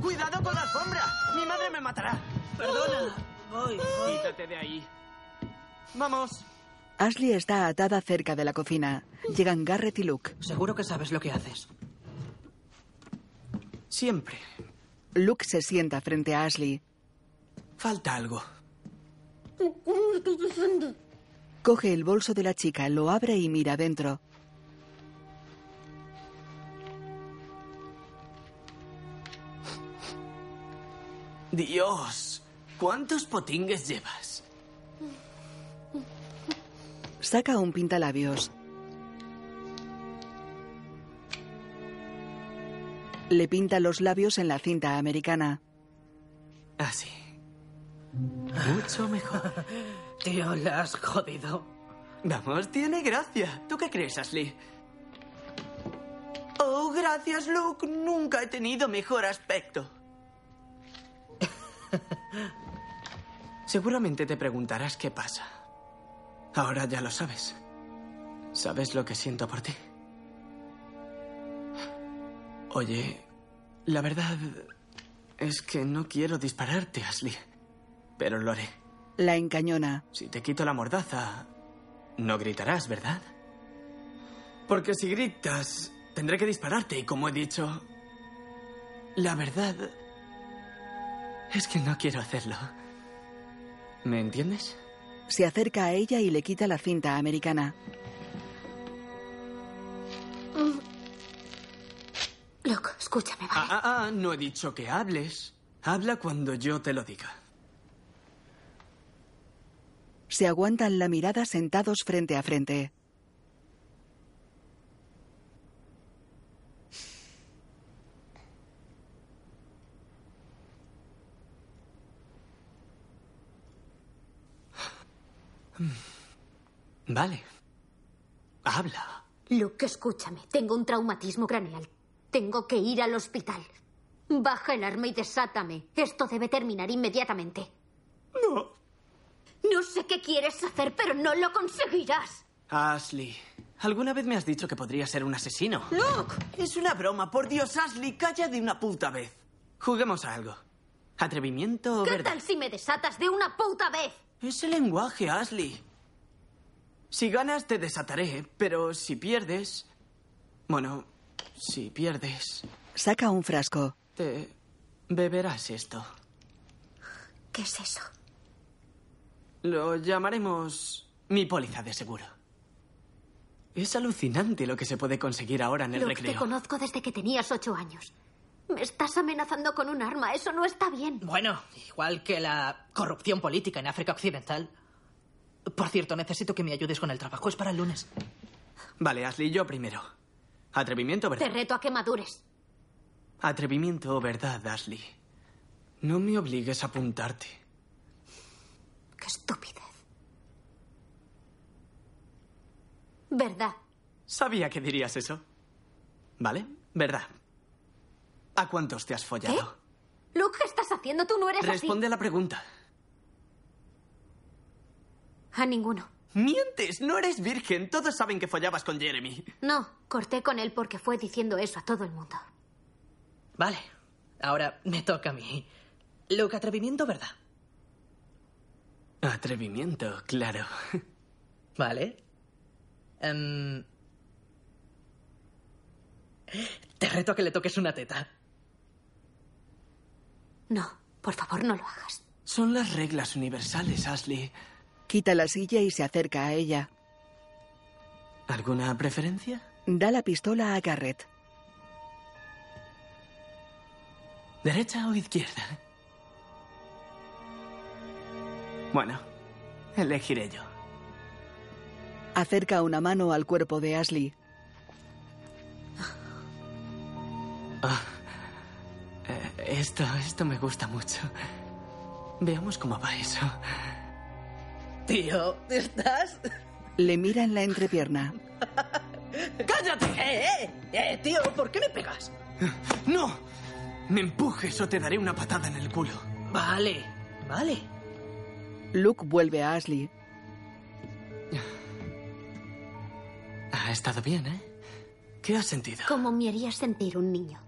E: ¡Cuidado con la alfombra! ¡Mi madre me matará!
D: Perdona. Voy, voy.
E: Quítate de ahí. Vamos.
A: Ashley está atada cerca de la cocina. Llegan Garrett y Luke.
D: Seguro que sabes lo que haces.
E: Siempre
A: Luke se sienta frente a Ashley.
E: falta algo.
A: Coge el bolso de la chica, lo abre y mira dentro.
E: Dios, ¿cuántos potingues llevas?
A: Saca un pintalabios. Le pinta los labios en la cinta americana.
E: Así.
D: Mucho mejor. *laughs* Tío, la has jodido.
E: Vamos, tiene gracia. ¿Tú qué crees, Ashley? Oh, gracias, Luke. Nunca he tenido mejor
D: *laughs*
E: aspecto. Seguramente te preguntarás qué pasa. Ahora ya lo sabes. ¿Sabes lo que siento por ti? Oye, la verdad es que no quiero dispararte, Ashley. Pero lo haré.
A: La encañona.
E: Si te quito la mordaza, no gritarás, ¿verdad? Porque si gritas, tendré que dispararte y como he dicho, la verdad es que no quiero hacerlo. ¿Me entiendes?
A: Se acerca a ella y le quita la cinta americana.
C: Luke, escúchame,
E: Ah,
C: ¿vale?
E: ah, ah, no he dicho que hables. Habla cuando yo te lo diga.
A: Se aguantan la mirada sentados frente a frente.
E: Vale. Habla.
C: Luke, escúchame. Tengo un traumatismo craneal. Tengo que ir al hospital. Baja el arma y desátame. Esto debe terminar inmediatamente. No. No sé qué quieres hacer, pero no lo conseguirás.
E: Ashley, ¿alguna vez me has dicho que podría ser un asesino? ¡Luke! Es una broma, por Dios, Ashley, calla de una puta vez. Juguemos a algo. ¿Atrevimiento o
C: ¿Qué
E: verdad?
C: tal si me desatas de una puta vez?
E: Es el lenguaje, Ashley. Si ganas, te desataré, ¿eh? pero si pierdes. Bueno, si pierdes,
A: Saca un frasco.
E: te beberás esto.
C: ¿Qué es eso?
E: Lo llamaremos mi póliza de seguro. Es alucinante lo que se puede conseguir ahora en el
C: Luke, te
E: recreo.
C: conozco desde que tenías ocho años. Me estás amenazando con un arma. Eso no está bien.
D: Bueno, igual que la corrupción política en África Occidental. Por cierto, necesito que me ayudes con el trabajo. Es para el lunes.
E: Vale, Ashley, yo primero. Atrevimiento, ¿verdad?
C: Te reto a que madures.
E: Atrevimiento o verdad, Ashley. No me obligues a apuntarte.
C: Qué estupidez. ¿Verdad?
E: Sabía que dirías eso. ¿Vale? ¿Verdad? ¿A cuántos te has follado?
C: ¿Eh? Luke, ¿qué estás haciendo? Tú no eres
E: Responde a la pregunta.
C: así. A ninguno.
E: Mientes, no eres virgen. Todos saben que follabas con Jeremy.
C: No, corté con él porque fue diciendo eso a todo el mundo.
D: Vale, ahora me toca a mí. Luke, atrevimiento, ¿verdad?
E: Atrevimiento, claro.
D: Vale. Em, Te reto a que le toques una teta.
C: No, por favor, no lo hagas.
E: Son las reglas universales, Ashley.
A: Quita la silla y se acerca a ella.
E: ¿Alguna preferencia?
A: Da la pistola a Garrett.
E: ¿Derecha o izquierda? Bueno, elegiré yo.
A: Acerca una mano al cuerpo de Ashley.
E: Eh, Esto, esto me gusta mucho. Veamos cómo va eso.
D: Tío, ¿estás?
A: Le mira en la entrepierna.
D: ¡Cállate! ¡Eh, eh! eh tío, ¿por qué me pegas?
E: ¡No! Me empujes o te daré una patada en el culo.
D: Vale, vale.
A: Luke vuelve a Ashley.
E: Ha estado bien, ¿eh? ¿Qué has sentido?
C: Como me haría sentir un niño.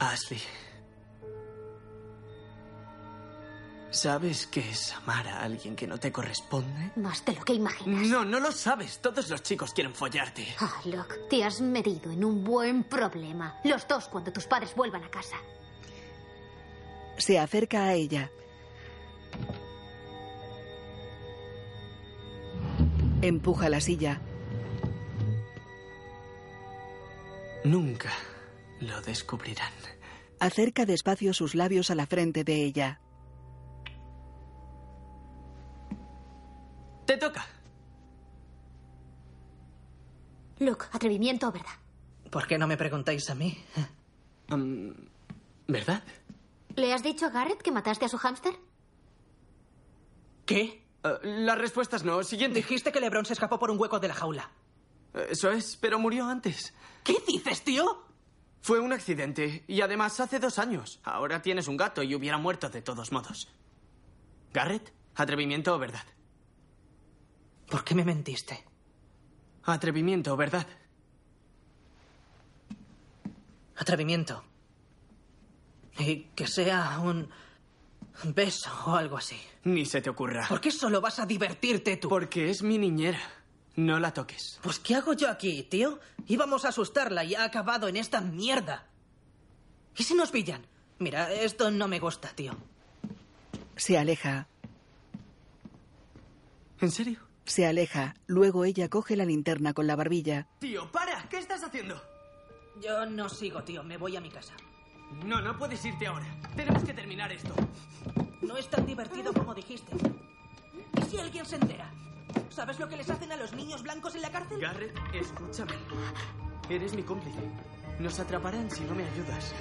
E: Ashley. ¿Sabes qué es amar a alguien que no te corresponde?
C: Más de lo que imaginas.
E: No, no lo sabes. Todos los chicos quieren follarte.
C: Ah, Luke, te has medido en un buen problema. Los dos cuando tus padres vuelvan a casa.
A: Se acerca a ella. Empuja la silla.
E: Nunca lo descubrirán.
A: Acerca despacio sus labios a la frente de ella.
E: ¡Te toca!
C: Luke, atrevimiento o verdad.
D: ¿Por qué no me preguntáis a mí?
E: Mm, ¿Verdad?
C: ¿Le has dicho a Garrett que mataste a su hámster?
E: ¿Qué? las respuestas no. Siguiente. Eh,
D: Dijiste que Lebron se escapó por un hueco de la jaula.
E: Eso es, pero murió antes.
D: ¿Qué dices, tío?
E: Fue un accidente. Y además hace dos años. Ahora tienes un gato y hubiera muerto de todos modos. Garrett, atrevimiento o verdad.
D: ¿Por qué me mentiste?
E: Atrevimiento o verdad.
D: Atrevimiento. Y que sea un beso o algo así.
E: Ni se te ocurra.
D: ¿Por qué solo vas a divertirte tú?
E: Porque es mi niñera. No la toques.
D: Pues ¿qué hago yo aquí, tío? Íbamos a asustarla y ha acabado en esta mierda. ¿Y si nos pillan? Mira, esto no me gusta, tío.
A: Se aleja.
E: ¿En serio?
A: Se aleja. Luego ella coge la linterna con la barbilla.
E: Tío, para. ¿Qué estás haciendo?
D: Yo no sigo, tío. Me voy a mi casa.
E: No, no puedes irte ahora. Tenemos que terminar esto.
D: No es tan divertido como dijiste. ¿Y si alguien se entera? ¿Sabes lo que les hacen a los niños blancos en la cárcel?
E: Garrett, escúchame. Eres mi cómplice. Nos atraparán si no me ayudas.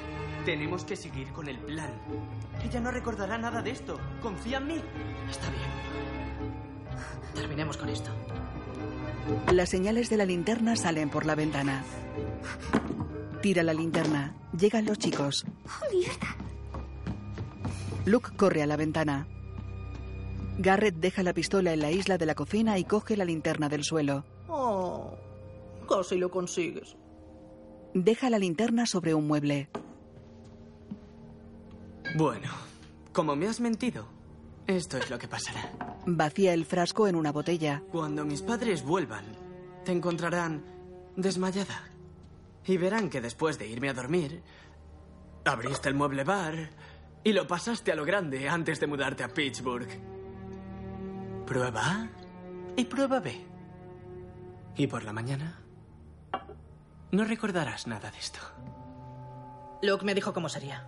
E: Tenemos que seguir con el plan. Ella no recordará nada de esto. Confía en mí.
D: Está bien. Terminemos con esto.
A: Las señales de la linterna salen por la ventana. Tira la linterna. Llegan los chicos.
C: ¡Mierda!
A: Luke corre a la ventana. Garrett deja la pistola en la isla de la cocina y coge la linterna del suelo.
D: Oh, casi lo consigues.
A: Deja la linterna sobre un mueble.
E: Bueno, como me has mentido, esto es lo que pasará.
A: Vacía el frasco en una botella.
E: Cuando mis padres vuelvan, te encontrarán desmayada. Y verán que después de irme a dormir, abriste el mueble bar y lo pasaste a lo grande antes de mudarte a Pittsburgh. Prueba A y prueba B. Y por la mañana, no recordarás nada de esto.
D: Luke me dijo cómo sería.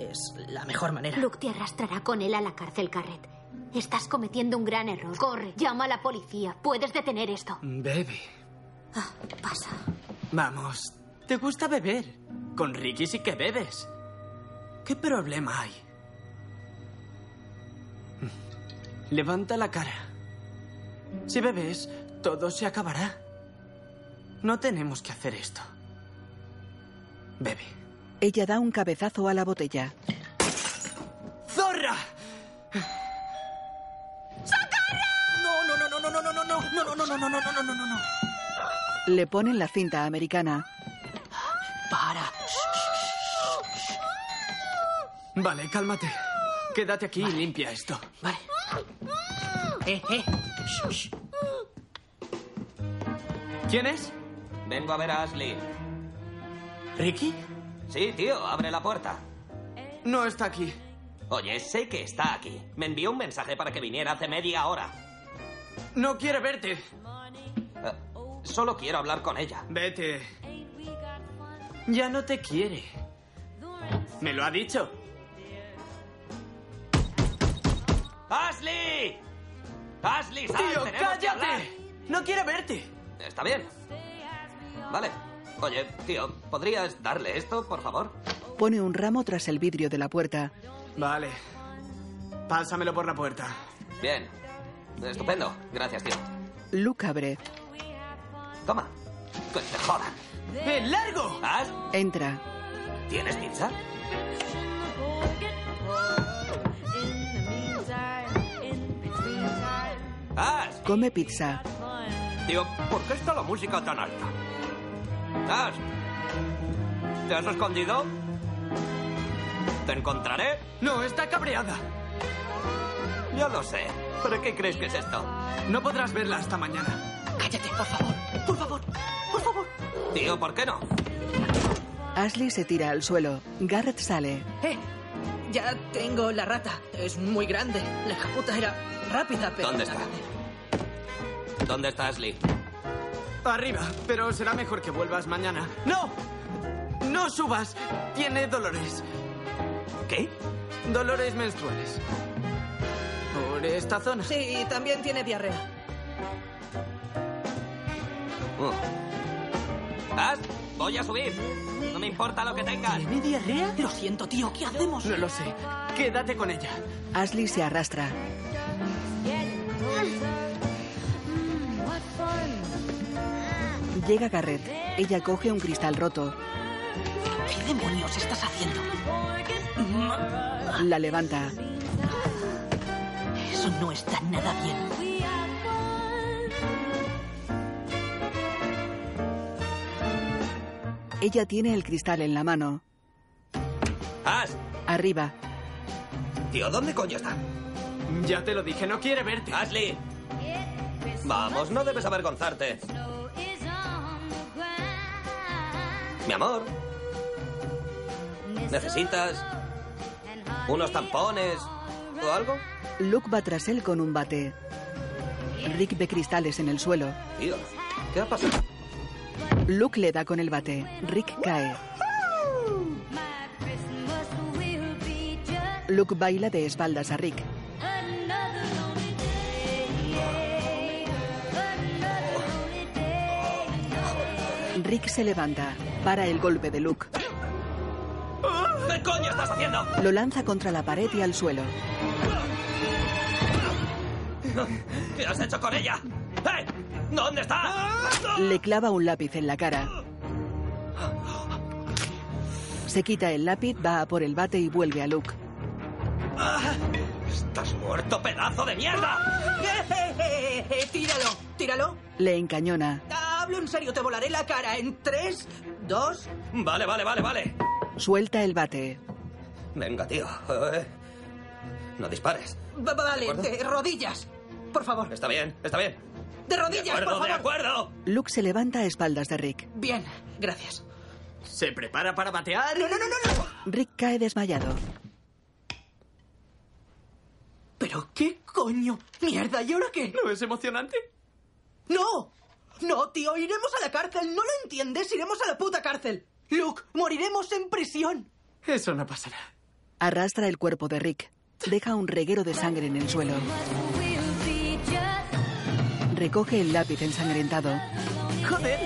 D: Es la mejor manera.
C: Luke te arrastrará con él a la cárcel, Garrett. Estás cometiendo un gran error. Corre, llama a la policía. Puedes detener esto.
E: Baby,
C: Ah, pasa.
E: vamos, te gusta beber. Con Ricky sí que bebes. ¿Qué problema hay? Levanta la cara. Si bebes, todo se acabará. No tenemos que hacer esto. Bebe.
A: Ella da un cabezazo a la botella.
E: ¡Zorra!
D: No, no, no, no, no, no, no, no, no, no, no, no, no, no, no, no, no, no, no.
A: Le ponen la cinta americana.
D: Para.
E: Vale, cálmate. Quédate aquí y limpia esto.
D: Vale. Eh, eh.
E: ¿Quién es?
I: Vengo a ver a Ashley.
E: ¿Ricky?
I: Sí, tío, abre la puerta.
E: No está aquí.
I: Oye, sé que está aquí. Me envió un mensaje para que viniera hace media hora.
E: No quiere verte.
I: Eh, solo quiero hablar con ella.
E: Vete. Ya no te quiere. Me lo ha dicho.
I: ¡Ashley! ¡Ashley, sal!
E: Tío,
I: tenemos que hablar!
E: cállate. No quiere verte.
I: Está bien. Vale. Oye, tío, ¿podrías darle esto, por favor?
A: Pone un ramo tras el vidrio de la puerta.
E: Vale. Pásamelo por la puerta.
I: Bien. Estupendo. Gracias, tío.
A: Luke abre.
I: Toma. Que te jodan.
E: ¡Ve, ¡Eh, largo!
I: ¿As?
A: Entra.
I: ¿Tienes pizza? ¡As!
A: Come pizza.
I: Tío, ¿por qué está la música tan alta? ¡As! ¿Te has escondido? ¿Te encontraré?
E: No, está cabreada.
I: Ya lo sé. ¿Pero qué crees que es esto?
E: No podrás verla hasta mañana.
D: Cállate, por favor. Por favor. Por favor.
I: Tío, ¿por qué no?
A: Ashley se tira al suelo. Garrett sale.
D: Eh. Ya tengo la rata. Es muy grande. La hija puta era rápida, pero.
I: ¿Dónde está? ¿Dónde está Ashley?
E: Arriba, pero será mejor que vuelvas mañana. ¡No! ¡No subas! Tiene dolores.
I: ¿Qué?
E: Dolores menstruales. Por esta zona.
D: Sí, y también tiene diarrea.
I: Oh. Uh. ¿As? Voy a subir. No me importa lo que tengas.
E: ¿Tiene diarrea? Lo siento, tío, ¿qué hacemos? No lo sé. Quédate con ella.
A: Ashley se arrastra. Llega Garrett. Ella coge un cristal roto.
E: ¿Qué demonios estás haciendo?
A: La levanta.
E: Eso no está nada bien.
A: Ella tiene el cristal en la mano.
I: Ash,
A: Arriba.
I: tío, ¿dónde coño está?
E: Ya te lo dije, no quiere verte.
I: Ashley. Vamos, no debes avergonzarte. Mi amor. ¿Necesitas unos tampones o algo?
A: Luke va tras él con un bate. Rick ve cristales en el suelo.
I: Tío, ¿qué ha pasado?
A: Luke le da con el bate. Rick cae. Luke baila de espaldas a Rick. Rick se levanta, para el golpe de Luke,
I: ¿Qué coño estás haciendo?
A: lo lanza contra la pared y al suelo.
I: ¿Qué has hecho con ella? ¡Eh! ¿Dónde está?
A: Le clava un lápiz en la cara. Se quita el lápiz, va a por el bate y vuelve a Luke.
I: ¡Estás muerto, pedazo de
D: Eh,
I: mierda!
D: Tíralo, tíralo.
A: Le encañona.
D: Hablo en serio, te volaré la cara en tres, dos.
I: Vale, vale, vale, vale.
A: Suelta el bate.
I: Venga, tío. eh, No dispares.
D: Va- va- Vale,
I: acuerdo?
D: de rodillas. Por favor,
I: Está bien, está bien.
D: de
I: De
D: rodillas,
I: acuerdo,
D: por favor.
I: de acuerdo.
A: Luke se levanta a espaldas de Rick.
D: Bien, gracias.
E: ¿Se prepara para batear?
D: No, no, no, no, no.
A: Rick cae desmayado.
D: ¿Pero qué coño? Mierda, ¿y ahora qué?
E: ¿No es emocionante?
D: ¡No! No, tío, iremos a la cárcel. ¿No lo entiendes? Iremos a la puta cárcel. Luke, moriremos en prisión.
E: Eso no pasará.
A: Arrastra el cuerpo de Rick. Deja un reguero de sangre en el suelo. Recoge el lápiz ensangrentado.
E: Joder.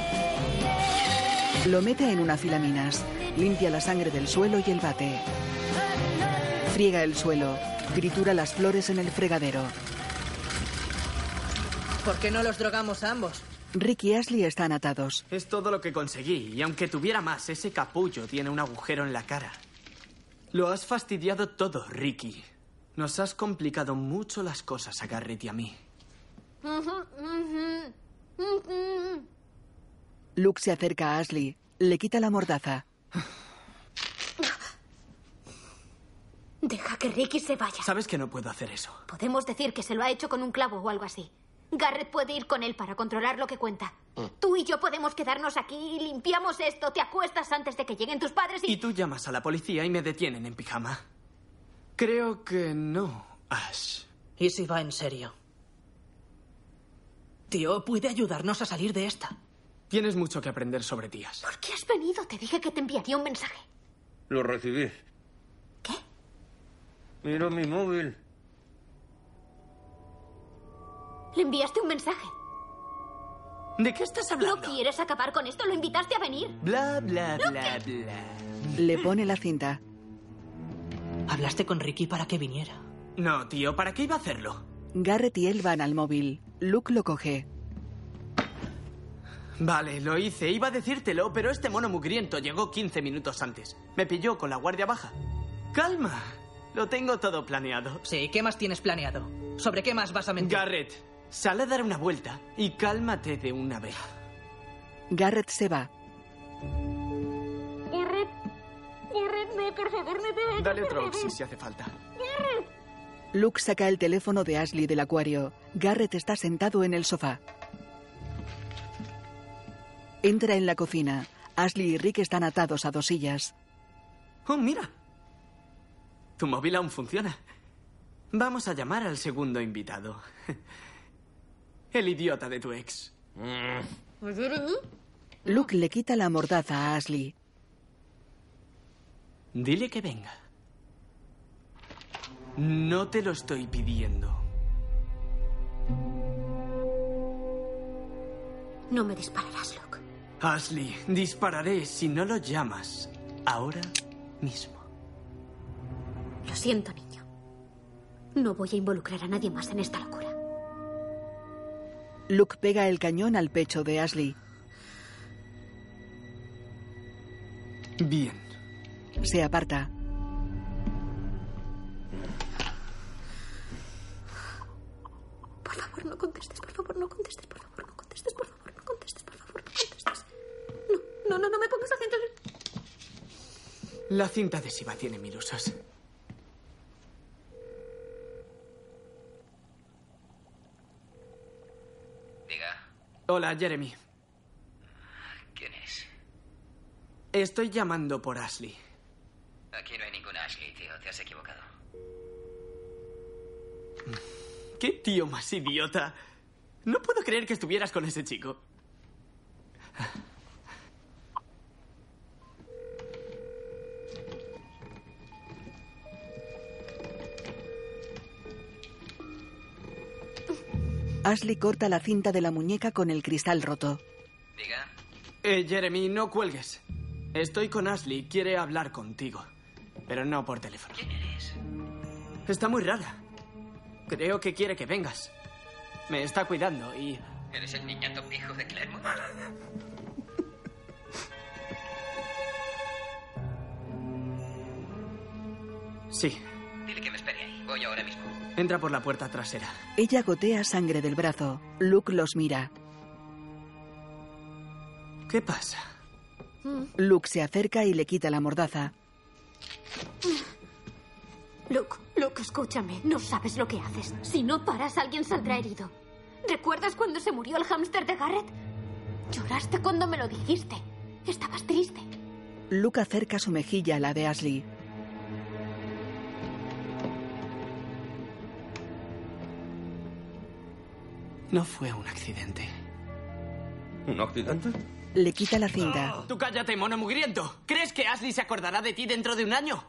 A: Lo mete en una filaminas. Limpia la sangre del suelo y el bate. Friega el suelo. Tritura las flores en el fregadero.
D: ¿Por qué no los drogamos a ambos?
A: Rick y Ashley están atados.
E: Es todo lo que conseguí, y aunque tuviera más, ese capullo tiene un agujero en la cara. Lo has fastidiado todo, Ricky. Nos has complicado mucho las cosas a Garrett y a mí.
A: Luke se acerca a Ashley. Le quita la mordaza.
C: Deja que Ricky se vaya.
E: Sabes que no puedo hacer eso.
C: Podemos decir que se lo ha hecho con un clavo o algo así. Garrett puede ir con él para controlar lo que cuenta.
G: Mm.
C: Tú y yo podemos quedarnos aquí y limpiamos esto. Te acuestas antes de que lleguen tus padres y...
E: Y tú llamas a la policía y me detienen en pijama. Creo que no, Ash.
D: ¿Y si va en serio? Tío, puede ayudarnos a salir de esta.
E: Tienes mucho que aprender sobre tías.
C: ¿Por qué has venido? Te dije que te enviaría un mensaje.
G: Lo recibí.
C: ¿Qué?
G: Miro mi móvil.
C: Le enviaste un mensaje.
E: ¿De qué estás
C: ¿No
E: hablando?
C: quieres acabar con esto? Lo invitaste a venir.
E: Bla, bla, bla, bla.
A: Le pone la cinta.
D: Hablaste con Ricky para que viniera.
E: No, tío, ¿para qué iba a hacerlo?
A: Garrett y él van al móvil. Luke lo coge.
E: Vale, lo hice. Iba a decírtelo, pero este mono mugriento llegó 15 minutos antes. Me pilló con la guardia baja. Calma. Lo tengo todo planeado.
D: Sí, ¿qué más tienes planeado? ¿Sobre qué más vas a mentir?
E: Garrett, sal a dar una vuelta y cálmate de una vez.
A: Garrett se va.
B: Garrett, Garrett, ve, por favor, no te vayas.
E: Dale
B: por
E: otro
B: favor.
E: oxi si hace falta.
A: Luke saca el teléfono de Ashley del acuario. Garrett está sentado en el sofá. Entra en la cocina. Ashley y Rick están atados a dos sillas.
E: Oh, mira. Tu móvil aún funciona. Vamos a llamar al segundo invitado. *laughs* El idiota de tu ex.
A: Luke le quita la mordaza a Ashley.
E: Dile que venga. No te lo estoy pidiendo.
C: No me dispararás, Luke.
E: Ashley, dispararé si no lo llamas. Ahora mismo.
C: Lo siento, niño. No voy a involucrar a nadie más en esta locura.
A: Luke pega el cañón al pecho de Ashley.
E: Bien.
A: Se aparta.
C: Por favor, no contestes, por favor, no contestes, por favor, no contestes, por favor, no contestes, por favor, no contestes. No, no, no, no me pongas a centrar.
E: La cinta adhesiva tiene mil usos.
J: Diga,
E: Hola, Jeremy.
J: ¿quién es?
E: Estoy llamando por Ashley.
J: Aquí no hay ningún Ashley, tío. Te has equivocado.
E: ¿Qué tío más idiota? No puedo creer que estuvieras con ese chico.
A: Ashley corta la cinta de la muñeca con el cristal roto.
J: Diga,
E: Eh, Jeremy, no cuelgues. Estoy con Ashley, quiere hablar contigo. Pero no por teléfono.
J: ¿quién eres?
E: Está muy rara. Creo que quiere que vengas. Me está cuidando y...
J: ¿Eres el niñato pijo de Clermont?
E: Sí,
J: Dile que me espere ahí. Voy ahora mismo.
E: entra por la puerta trasera.
A: Ella gotea sangre del brazo. Luke los mira.
E: ¿Qué pasa?
A: Luke se acerca y le quita la mordaza.
C: Luke, Luke, escúchame. No sabes lo que haces. Si no paras, alguien saldrá herido. ¿Recuerdas cuando se murió el hámster de Garrett? Lloraste cuando me lo dijiste. Estabas triste.
A: Luke acerca su mejilla a la de Ashley.
E: No fue un accidente.
G: ¿Un accidente?
A: Le quita la cinta.
E: Tú cállate, mono mugriento. ¿Crees que Ashley se acordará de ti dentro de un año?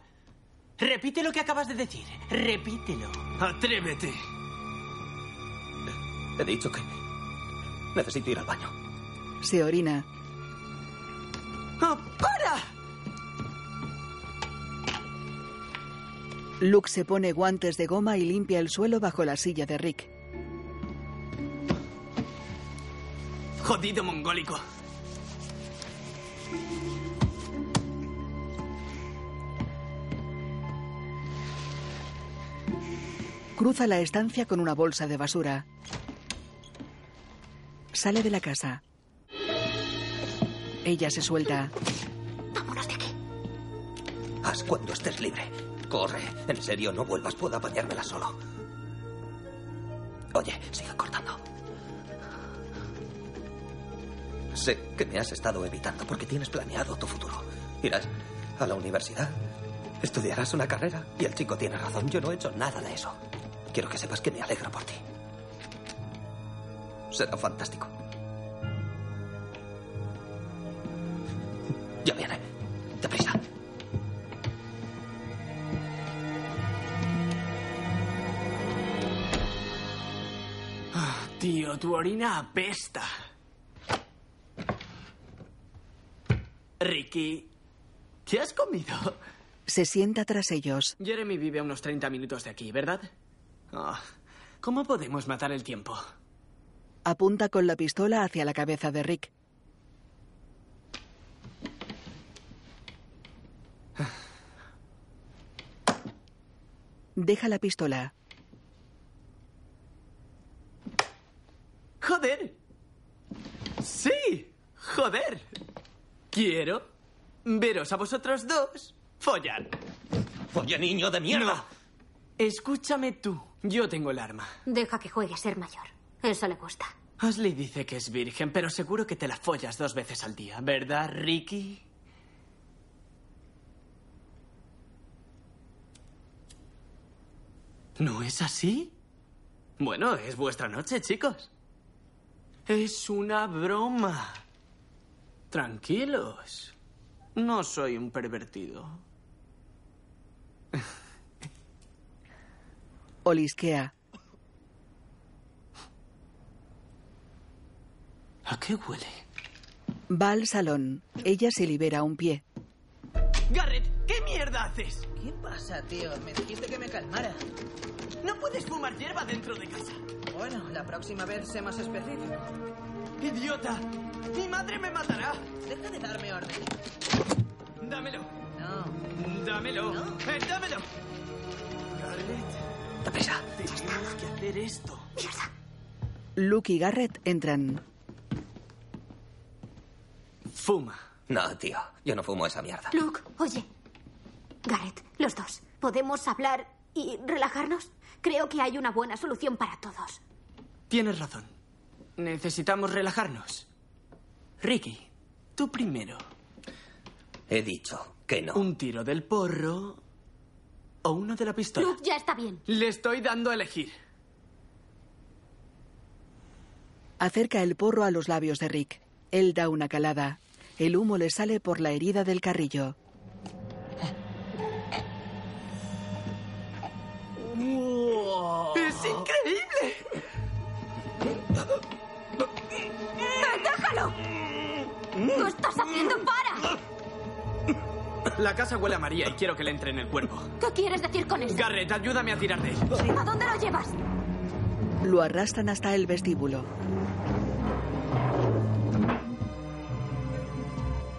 E: Repite lo que acabas de decir. Repítelo. Atrévete.
I: He dicho que necesito ir al baño.
A: Se orina.
E: ¡Ah, ¡Para!
A: Luke se pone guantes de goma y limpia el suelo bajo la silla de Rick.
E: Jodido mongólico.
A: Cruza la estancia con una bolsa de basura. Sale de la casa. Ella se suelta.
C: Vámonos de aquí.
I: Haz cuando estés libre. Corre. En serio, no vuelvas. Puedo apañármela solo. Oye, sigue cortando. Sé que me has estado evitando porque tienes planeado tu futuro. Irás a la universidad, estudiarás una carrera y el chico tiene razón. Yo no he hecho nada de eso. Quiero que sepas que me alegro por ti. Será fantástico. Ya viene. Deprisa.
E: Ah, Tío, tu orina apesta. Ricky, ¿qué has comido?
A: Se sienta tras ellos.
E: Jeremy vive a unos 30 minutos de aquí, ¿verdad? Ah, ¿Cómo podemos matar el tiempo?
A: Apunta con la pistola hacia la cabeza de Rick. Deja la pistola.
E: ¡Joder! ¡Sí! ¡Joder! Quiero veros a vosotros dos follar.
I: Oye, niño de mierda.
E: Escúchame tú, yo tengo el arma.
C: Deja que juegue a ser mayor. Eso le gusta.
E: Ashley dice que es virgen, pero seguro que te la follas dos veces al día, ¿verdad, Ricky? ¿No es así? Bueno, es vuestra noche, chicos. Es una broma. Tranquilos. No soy un pervertido.
A: Olisquea.
E: ¿A qué huele?
A: Va al salón. Ella se libera un pie.
D: Garrett, ¿qué mierda haces? ¿Qué pasa, tío? Me dijiste que me calmara. No puedes fumar hierba dentro de casa. Bueno, la próxima vez sé más específico. ¡Idiota! ¡Mi madre me matará! Deja de darme órdenes. Dámelo. No. Dámelo. Eh, dámelo. Garrett.
I: prisa.
D: Tenemos que hacer esto.
A: Luke y Garrett entran.
I: Fuma. No, tío. Yo no fumo esa mierda.
C: Luke, oye. Garrett, los dos. ¿Podemos hablar y relajarnos? Creo que hay una buena solución para todos.
E: Tienes razón. Necesitamos relajarnos. Ricky, tú primero.
I: He dicho que no.
E: Un tiro del porro o uno de la pistola.
C: Luke, ya está bien.
E: Le estoy dando a elegir.
A: Acerca el porro a los labios de Rick. Él da una calada. El humo le sale por la herida del carrillo.
D: ¡Es increíble!
C: ¡Déjalo! ¡Lo estás haciendo! ¡Para!
E: La casa huele a María y quiero que le entre en el cuerpo.
C: ¿Qué quieres decir con eso?
E: Garrett, ayúdame a tirar de él.
C: ¿A dónde lo llevas?
A: Lo arrastran hasta el vestíbulo.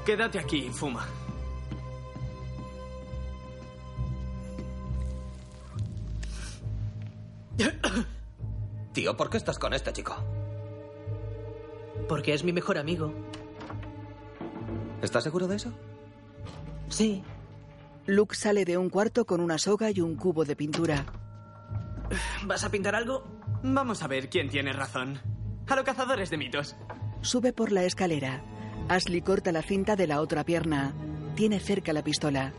E: Quédate aquí y fuma.
I: *coughs* Tío, ¿por qué estás con este chico?
D: Porque es mi mejor amigo.
I: ¿Estás seguro de eso?
D: Sí.
A: Luke sale de un cuarto con una soga y un cubo de pintura.
D: ¿Vas a pintar algo?
E: Vamos a ver quién tiene razón. A los cazadores de mitos.
A: Sube por la escalera. Ashley corta la cinta de la otra pierna. Tiene cerca la pistola.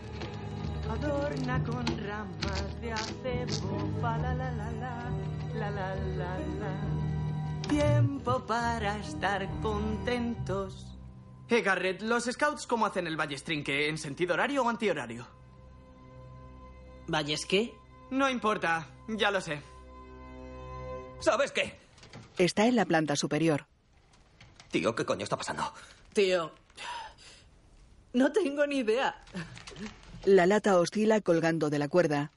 K: Adorna con ramas de acebo, fa la la la la, la la la la. Tiempo para estar contentos.
E: Eh, Garrett, ¿los scouts cómo hacen el ballestrinque? ¿En sentido horario o antihorario?
D: ¿Valles qué?
E: No importa, ya lo sé.
I: ¿Sabes qué?
A: Está en la planta superior.
I: Tío, ¿qué coño está pasando?
D: Tío. No tengo ni idea.
A: La lata oscila colgando de la cuerda.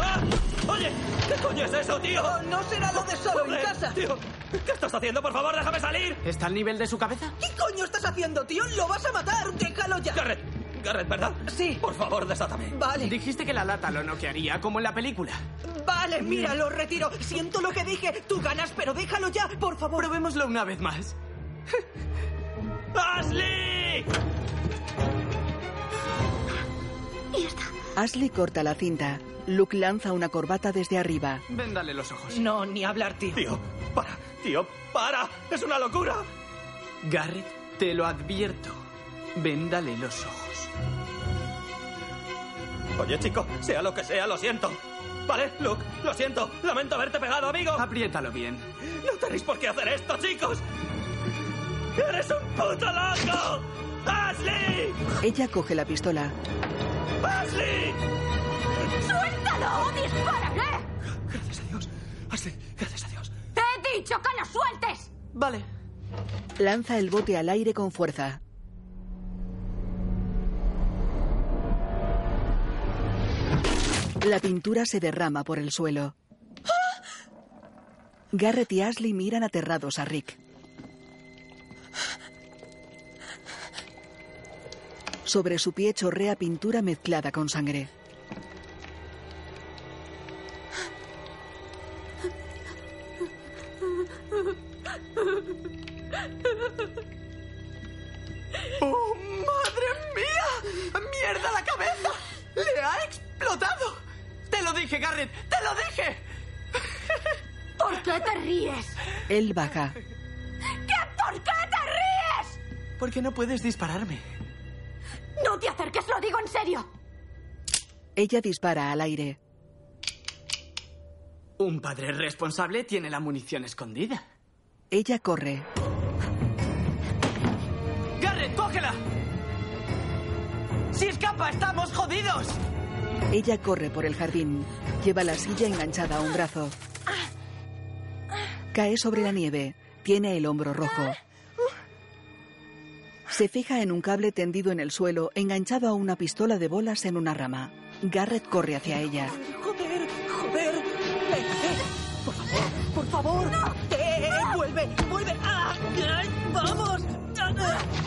I: ¡Ah! ¡Oye! ¿Qué coño es eso, tío? Eh,
D: No será lo de solo en casa.
I: Tío, ¿qué estás haciendo? Por favor, déjame salir.
E: ¿Está al nivel de su cabeza?
D: ¿Qué coño estás haciendo, tío? ¡Lo vas a matar! ¡Déjalo ya!
I: Garrett, Garrett, ¿verdad?
D: Sí.
I: Por favor, desátame.
D: Vale.
E: Dijiste que la lata lo noquearía, como en la película.
D: Vale, mira, lo retiro. Siento lo que dije. Tú ganas, pero déjalo ya, por favor.
E: Probémoslo una vez más.
I: *laughs* ¡Ashley!
C: Y está.
A: Ashley corta la cinta. Luke lanza una corbata desde arriba.
E: Véndale los ojos.
D: No, ni hablar, tío.
I: Tío, para, tío, para. Es una locura.
E: Garrett, te lo advierto. Véndale los ojos.
I: Oye, chico, sea lo que sea, lo siento. Vale, Luke, lo siento. Lamento haberte pegado, amigo.
E: Apriétalo bien.
I: No tenéis por qué hacer esto, chicos. ¡Eres un puto loco! ¡Ashley!
A: Ella coge la pistola.
I: ¡Ashley!
C: ¡Suéltalo! ¡Dispárale!
I: Gracias a Dios. Ashley, gracias a Dios.
C: ¡Te he dicho que lo sueltes!
E: Vale.
A: Lanza el bote al aire con fuerza. La pintura se derrama por el suelo. Garrett y Ashley miran aterrados a Rick. Sobre su pie chorrea pintura mezclada con sangre.
D: ¡Oh, madre mía! ¡Mierda la cabeza! ¡Le ha explotado!
E: ¡Te lo dije, Garrett! ¡Te lo dije!
C: ¿Por qué te ríes?
A: Él baja.
C: ¿Qué? ¿Por qué te ríes?
E: Porque no puedes dispararme.
C: No te acerques, lo digo en serio.
A: Ella dispara al aire.
E: Un padre responsable tiene la munición escondida.
A: Ella corre.
E: ¡Garrett, cógela! ¡Si escapa, estamos jodidos!
A: Ella corre por el jardín. Lleva la silla enganchada a un brazo. Cae sobre la nieve. Tiene el hombro rojo. Se fija en un cable tendido en el suelo, enganchado a una pistola de bolas en una rama. Garrett corre hacia ella.
L: ¡Joder! ¡Joder!
D: Eh,
L: ¡Ven, ven! ¡Por favor! ¡Por favor! ¡Eh, eh, eh! ¡Vuelve! ¡Vuelve! ¡Ah! ¡Ay, ¡Vamos!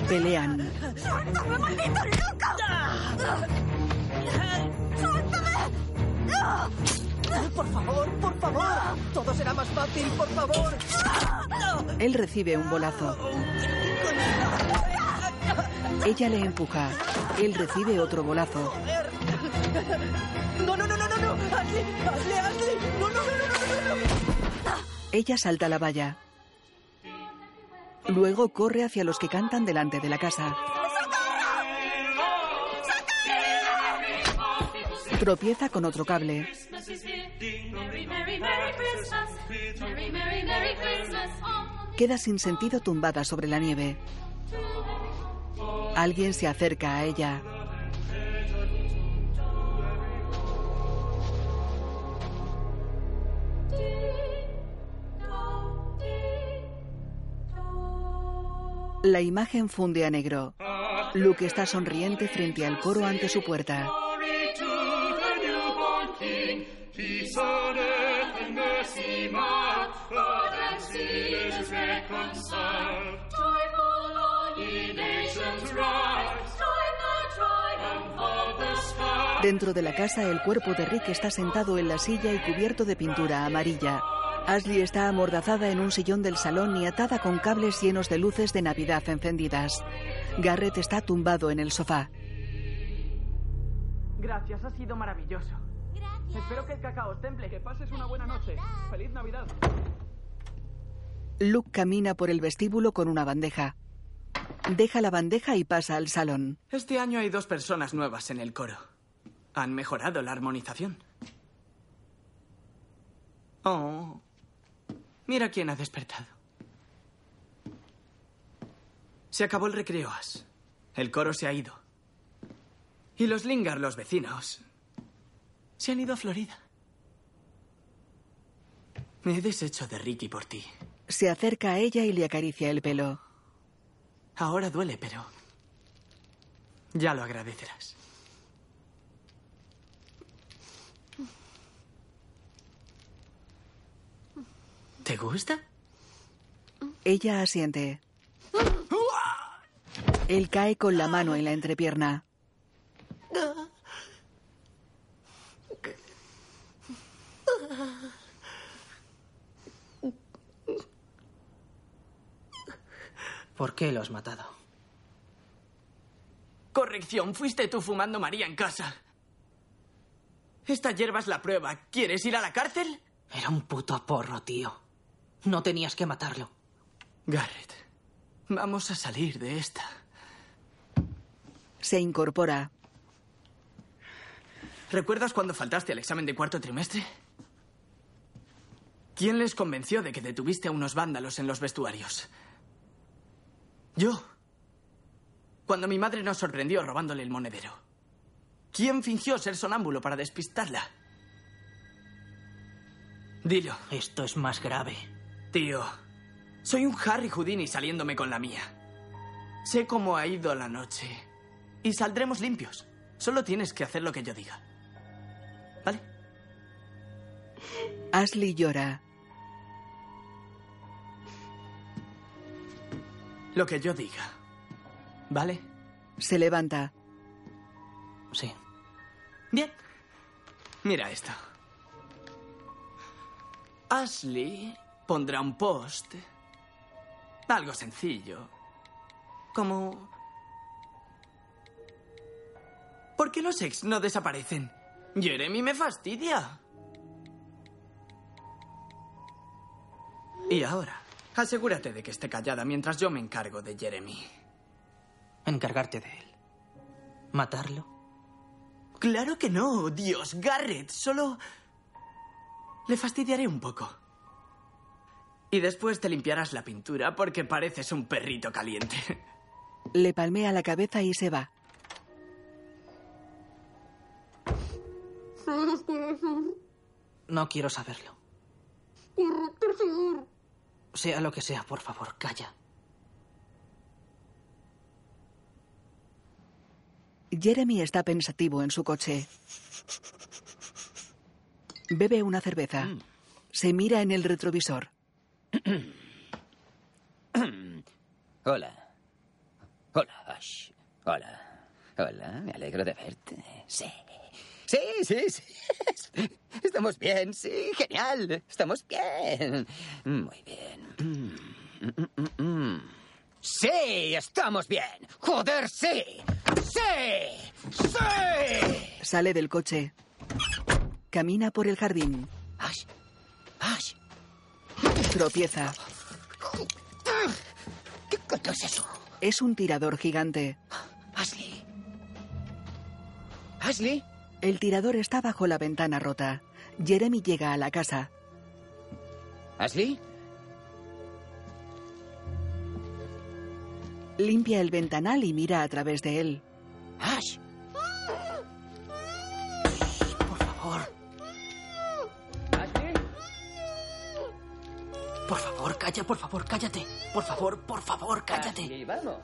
A: Pelean.
L: ¡Suéltame, maldito loco! ¡Suéltame! ¡Por favor! ¡Por favor! ¡Todo será más fácil! ¡Por favor!
A: Él recibe un bolazo. Ella le empuja. Él recibe otro bolazo.
L: ¡No, no, no, no, no! no. ¡Hazle! ¡Hazle! ¡Hazle! ¡No, no, no, no, no! no, no.
A: Ella salta la valla. Luego corre hacia los que cantan delante de la casa. Tropieza con otro cable. Queda sin sentido tumbada sobre la nieve. Alguien se acerca a ella. La imagen funde a negro. Luke está sonriente frente al coro ante su puerta. Dentro de la casa, el cuerpo de Rick está sentado en la silla y cubierto de pintura amarilla. Ashley está amordazada en un sillón del salón y atada con cables llenos de luces de Navidad encendidas. Garrett está tumbado en el sofá.
K: Gracias, ha sido maravilloso. Espero que el cacao os temple. Que pases una buena noche. ¡Feliz Navidad!
A: Luke camina por el vestíbulo con una bandeja. Deja la bandeja y pasa al salón.
E: Este año hay dos personas nuevas en el coro. Han mejorado la armonización. Oh. Mira quién ha despertado. Se acabó el recreo, Ash. El coro se ha ido. Y los Lingard, los vecinos, se han ido a Florida. Me he deshecho de Ricky por ti.
A: Se acerca a ella y le acaricia el pelo.
E: Ahora duele, pero ya lo agradecerás. ¿Te gusta?
A: Ella asiente. Él cae con la mano en la entrepierna.
D: ¿Por qué lo has matado?
E: Corrección, fuiste tú fumando María en casa. Esta hierba es la prueba. ¿Quieres ir a la cárcel?
D: Era un puto porro, tío. No tenías que matarlo.
E: Garrett, vamos a salir de esta.
A: Se incorpora.
E: ¿Recuerdas cuando faltaste al examen de cuarto trimestre? ¿Quién les convenció de que detuviste a unos vándalos en los vestuarios? Yo. Cuando mi madre nos sorprendió robándole el monedero. ¿Quién fingió ser sonámbulo para despistarla? Dilo.
D: Esto es más grave.
E: Tío, soy un Harry Houdini saliéndome con la mía. Sé cómo ha ido la noche. Y saldremos limpios. Solo tienes que hacer lo que yo diga. ¿Vale?
A: Ashley llora.
E: Lo que yo diga. ¿Vale?
A: Se levanta.
E: Sí. Bien. Mira esto. Ashley pondrá un post. Algo sencillo. Como... ¿Por qué los ex no desaparecen? Jeremy me fastidia. Y ahora, asegúrate de que esté callada mientras yo me encargo de Jeremy.
D: Encargarte de él. ¿Matarlo?
E: Claro que no, Dios, Garrett, solo... Le fastidiaré un poco. Y después te limpiarás la pintura porque pareces un perrito caliente.
M: *laughs*
A: Le palmea la cabeza y se va.
B: ¿Sabes quién es él?
D: No quiero saberlo.
B: Quiero perseguir.
D: Sea lo que sea, por favor, calla.
A: Jeremy está pensativo en su coche. Bebe una cerveza. Se mira en el retrovisor.
J: Hola. Hola, Ash. Hola. Hola, me alegro de verte. Sí. Sí, sí, *laughs* sí. Estamos bien, sí, genial. Estamos bien. Muy bien. Mm, mm, mm. Sí, estamos bien. Joder, sí. Sí. Sí.
A: Sale del coche. Camina por el jardín.
J: Ash. Ash.
A: Tropieza.
J: ¿Qué coño es eso?
A: Es un tirador gigante.
J: Ashley. Ashley.
A: El tirador está bajo la ventana rota. Jeremy llega a la casa.
J: Ashley.
A: Limpia el ventanal y mira a través de él.
J: Ash. Por favor.
M: Por favor, calla, por favor, cállate. Por favor, por favor, cállate.
J: Ashley, vamos.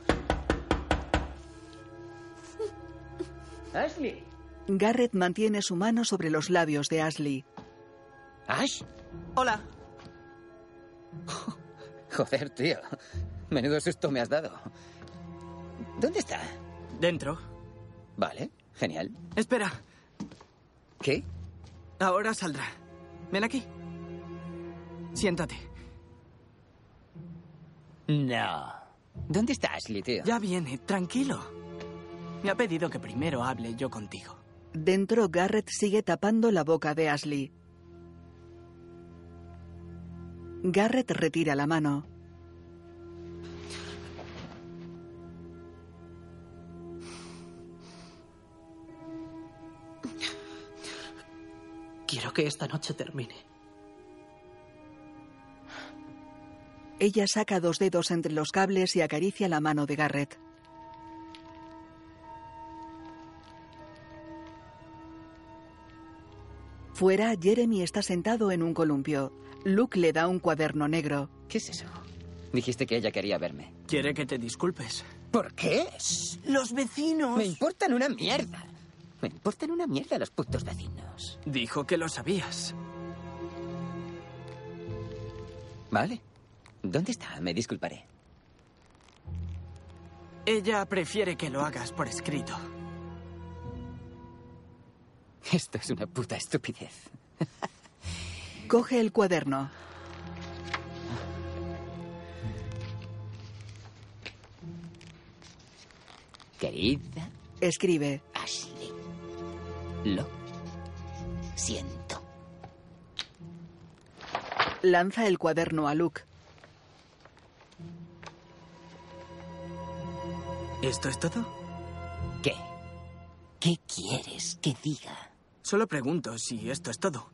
J: Ashley.
A: Garrett mantiene su mano sobre los labios de Ashley.
J: Ash.
K: Hola.
J: Joder, tío. Menudo susto me has dado. ¿Dónde está?
E: Dentro.
J: Vale, genial.
E: Espera.
J: ¿Qué?
E: Ahora saldrá. Ven aquí. Siéntate.
J: No. ¿Dónde está Ashley, tío?
E: Ya viene, tranquilo. Me ha pedido que primero hable yo contigo.
A: Dentro, Garrett sigue tapando la boca de Ashley. Garrett retira la mano.
M: Quiero que esta noche termine.
A: Ella saca dos dedos entre los cables y acaricia la mano de Garrett. Fuera, Jeremy está sentado en un columpio. Luke le da un cuaderno negro.
J: ¿Qué es eso? Dijiste que ella quería verme.
E: Quiere que te disculpes.
J: ¿Por qué?
K: Los vecinos.
J: Me importan una mierda. Me importan una mierda los putos vecinos.
E: Dijo que lo sabías.
J: Vale. ¿Dónde está? Me disculparé.
E: Ella prefiere que lo hagas por escrito.
J: Esto es una puta estupidez.
A: Coge el cuaderno.
J: Querida
A: Escribe.
J: Ashley, lo siento.
A: Lanza el cuaderno a Luke.
E: ¿Esto es todo?
J: ¿Qué? ¿Qué quieres que diga?
E: Solo pregunto si esto es todo.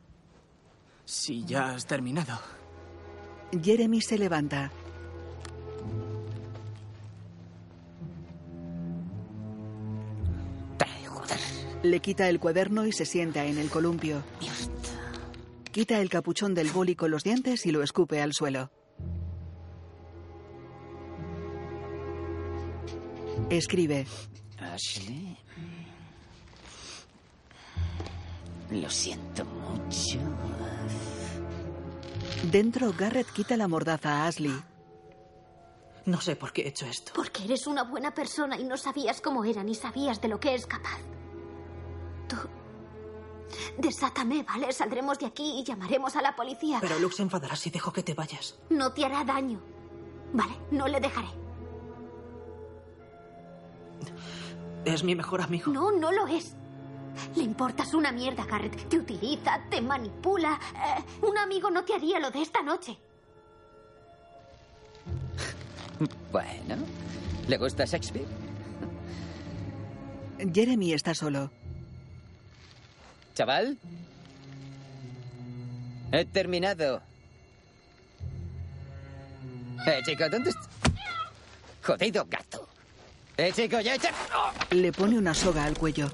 E: Si ya has terminado.
A: Jeremy se levanta. Le quita el cuaderno y se sienta en el columpio. Quita el capuchón del boli con los dientes y lo escupe al suelo. Escribe.
J: Ashley. Lo siento mucho.
A: Dentro, Garrett quita la mordaza a Ashley.
M: No sé por qué he hecho esto.
C: Porque eres una buena persona y no sabías cómo era ni sabías de lo que es capaz. Tú. Desátame, ¿vale? Saldremos de aquí y llamaremos a la policía.
M: Pero Luke se enfadará si dejo que te vayas.
C: No te hará daño. ¿Vale? No le dejaré.
M: Es mi mejor amigo.
C: No, no lo es. Le importas una mierda, Garrett. Te utiliza, te manipula. Eh, un amigo no te haría lo de esta noche.
J: Bueno, ¿le gusta Shakespeare?
A: Jeremy está solo.
J: Chaval. He terminado. Eh, chico, ¿dónde está? Jodido gato. Eh, chico, ya echa. ¡Oh!
A: Le pone una soga al cuello.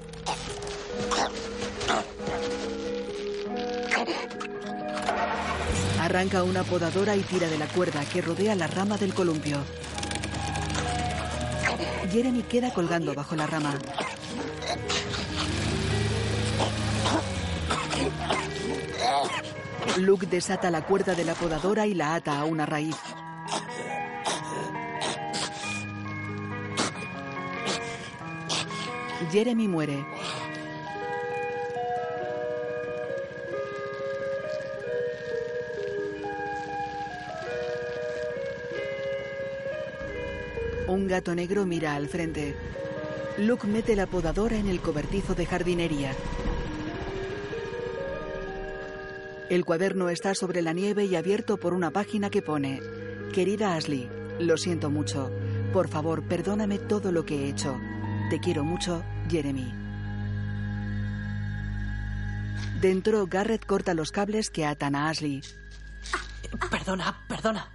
A: Arranca una podadora y tira de la cuerda que rodea la rama del columpio. Jeremy queda colgando bajo la rama. Luke desata la cuerda de la podadora y la ata a una raíz. Jeremy muere. Un gato negro mira al frente. Luke mete la podadora en el cobertizo de jardinería. El cuaderno está sobre la nieve y abierto por una página que pone, Querida Ashley, lo siento mucho. Por favor, perdóname todo lo que he hecho. Te quiero mucho, Jeremy. Dentro, Garrett corta los cables que atan a Ashley.
M: Perdona, perdona.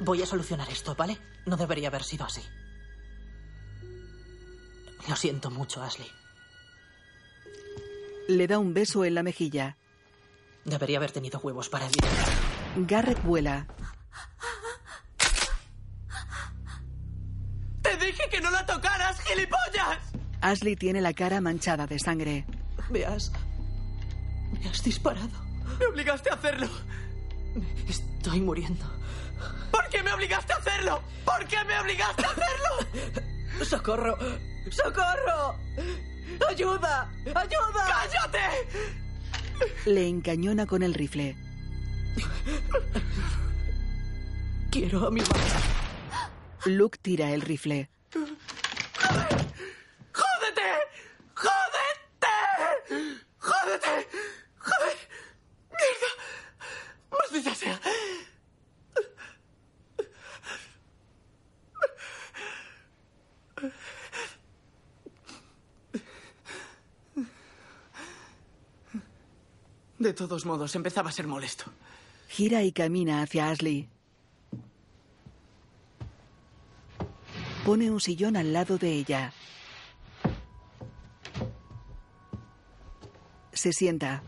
M: Voy a solucionar esto, ¿vale? No debería haber sido así. Lo siento mucho, Ashley.
A: Le da un beso en la mejilla.
M: Debería haber tenido huevos para evitarlo.
A: Garrett vuela.
D: ¡Te dije que no la tocaras, gilipollas!
A: Ashley tiene la cara manchada de sangre.
M: Me has. Me has disparado.
D: Me obligaste a hacerlo.
M: Estoy muriendo.
D: ¿Por qué me obligaste a hacerlo? ¿Por qué me obligaste a
M: *laughs*
D: hacerlo?
M: ¡Socorro! ¡Socorro! ¡Ayuda! ¡Ayuda!
D: ¡Cállate!
A: Le encañona con el rifle.
M: Quiero a mi madre.
A: Luke tira el rifle.
D: ¡Jódete! ¡Jódete! ¡Jódete! ¡Joder! ¡Mierda! ¡Maldita sea! De todos modos, empezaba a ser molesto.
A: Gira y camina hacia Ashley. Pone un sillón al lado de ella. Se sienta.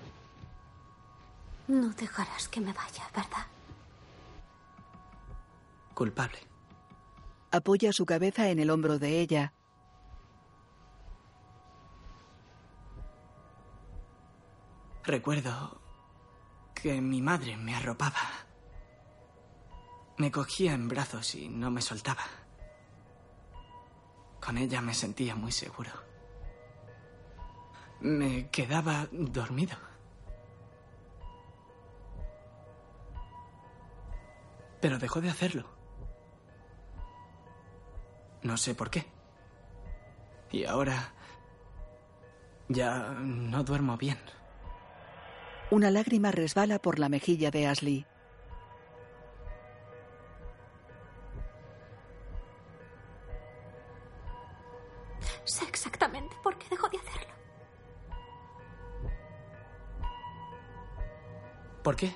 C: No dejarás que me vaya, ¿verdad?
E: Culpable.
A: Apoya su cabeza en el hombro de ella.
E: Recuerdo que mi madre me arropaba. Me cogía en brazos y no me soltaba. Con ella me sentía muy seguro. Me quedaba dormido. Pero dejó de hacerlo. No sé por qué. Y ahora... Ya no duermo bien.
A: Una lágrima resbala por la mejilla de Ashley.
C: Sé exactamente por qué dejó de hacerlo.
E: ¿Por qué?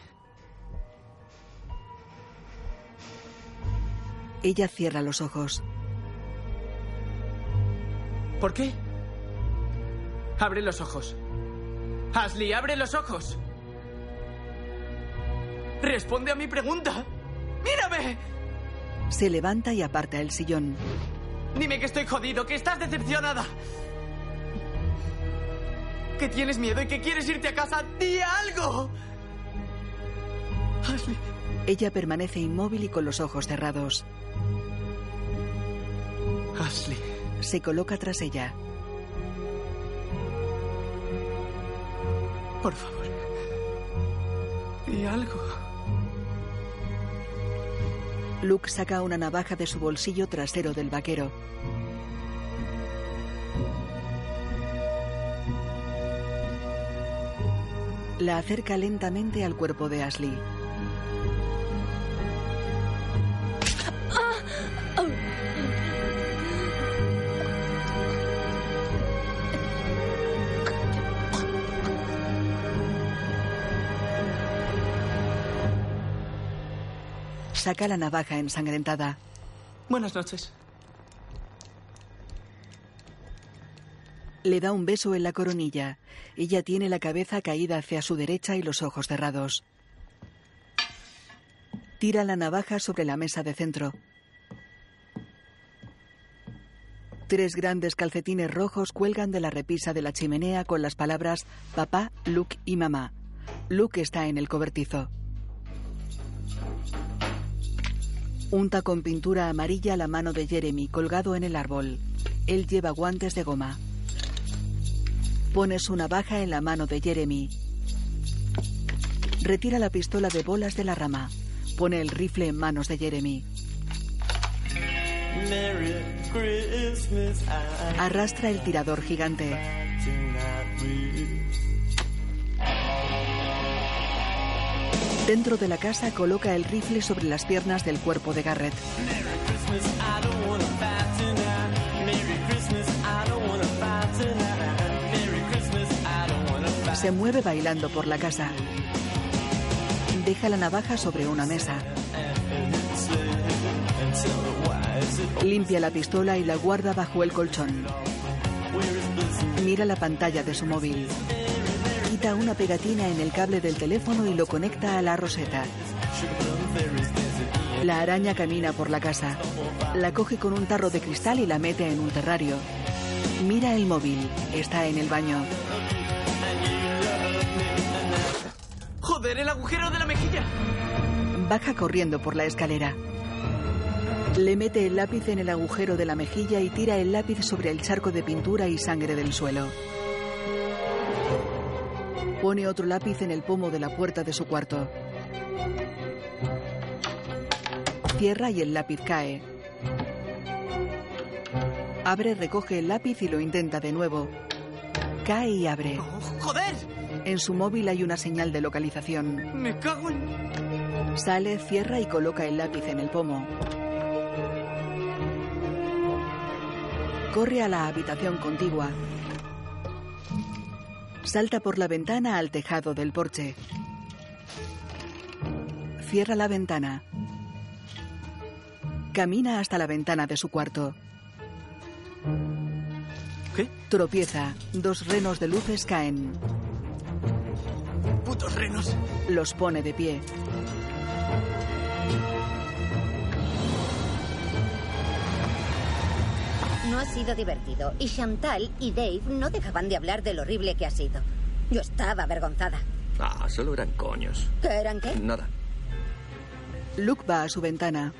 A: Ella cierra los ojos.
E: ¿Por qué? Abre los ojos. Ashley, abre los ojos. Responde a mi pregunta. ¡Mírame!
A: Se levanta y aparta el sillón.
E: Dime que estoy jodido, que estás decepcionada. Que tienes miedo y que quieres irte a casa. ¡Di algo! Ashley.
A: Ella permanece inmóvil y con los ojos cerrados.
E: Ashley.
A: Se coloca tras ella.
E: Por favor. Di algo.
A: Luke saca una navaja de su bolsillo trasero del vaquero. La acerca lentamente al cuerpo de Ashley. Saca la navaja ensangrentada.
E: Buenas noches.
A: Le da un beso en la coronilla. Ella tiene la cabeza caída hacia su derecha y los ojos cerrados. Tira la navaja sobre la mesa de centro. Tres grandes calcetines rojos cuelgan de la repisa de la chimenea con las palabras papá, Luke y mamá. Luke está en el cobertizo. Unta con pintura amarilla la mano de Jeremy colgado en el árbol. Él lleva guantes de goma. Pone su navaja en la mano de Jeremy. Retira la pistola de bolas de la rama. Pone el rifle en manos de Jeremy.
N: Merry Christmas. I
A: Arrastra el tirador gigante. Dentro de la casa coloca el rifle sobre las piernas del cuerpo de Garrett.
N: Christmas, I don't wanna fight tonight. Merry Christmas, I don't wanna fight tonight. Merry Christmas, I don't wanna fight.
A: Se mueve bailando por la casa. Deja la navaja sobre una mesa.
N: And tell her why is it
A: Limpia la pistola y la guarda bajo el colchón. Mira la pantalla de su móvil. Quita una pegatina en el cable del teléfono y lo conecta a la roseta. La araña camina por la casa. La coge con un tarro de cristal y la mete en un terrario. Mira el móvil. Está en el baño.
D: ¡Joder, el agujero de la mejilla!
A: Baja corriendo por la escalera. Le mete el lápiz en el agujero de la mejilla y tira el lápiz sobre el charco de pintura y sangre del suelo. Pone otro lápiz en el pomo de la puerta de su cuarto. Cierra y el lápiz cae. Abre, recoge el lápiz y lo intenta de nuevo. Cae y abre.
D: ¡Joder!
A: En su móvil hay una señal de localización.
D: ¡Me cago en...!
A: Sale, cierra y coloca el lápiz en el pomo. Corre a la habitación contigua. Salta por la ventana al tejado del porche. Cierra la ventana. Camina hasta la ventana de su cuarto.
E: ¿Qué?
A: Tropieza. Dos renos de luces caen.
E: ¡Putos renos!
A: Los pone de pie.
F: No ha sido divertido. Y Chantal y Dave no dejaban de hablar de lo horrible que ha sido. Yo estaba avergonzada.
G: Ah, solo eran coños.
F: ¿Qué eran qué?
G: Nada.
A: Luke va a su ventana.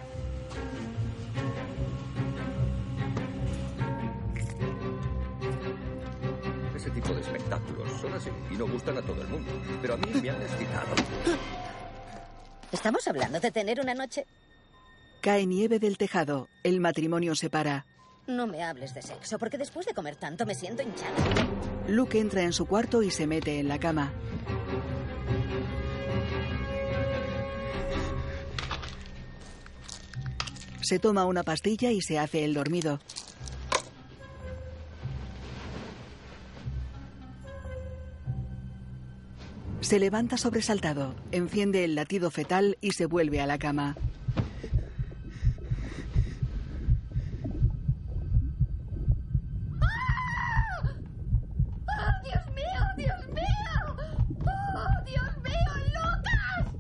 G: Ese tipo de espectáculos son así y no gustan a todo el mundo. Pero a mí me
F: *gasps*
G: han excitado.
F: ¿Estamos hablando de tener una noche?
A: Cae nieve del tejado. El matrimonio se para.
F: No me hables de sexo, porque después de comer tanto me siento hinchada.
A: Luke entra en su cuarto y se mete en la cama. Se toma una pastilla y se hace el dormido. Se levanta sobresaltado, enciende el latido fetal y se vuelve a la cama.
B: ¡Oh, Dios mío, Dios mío! ¡Oh, Dios mío, Lucas!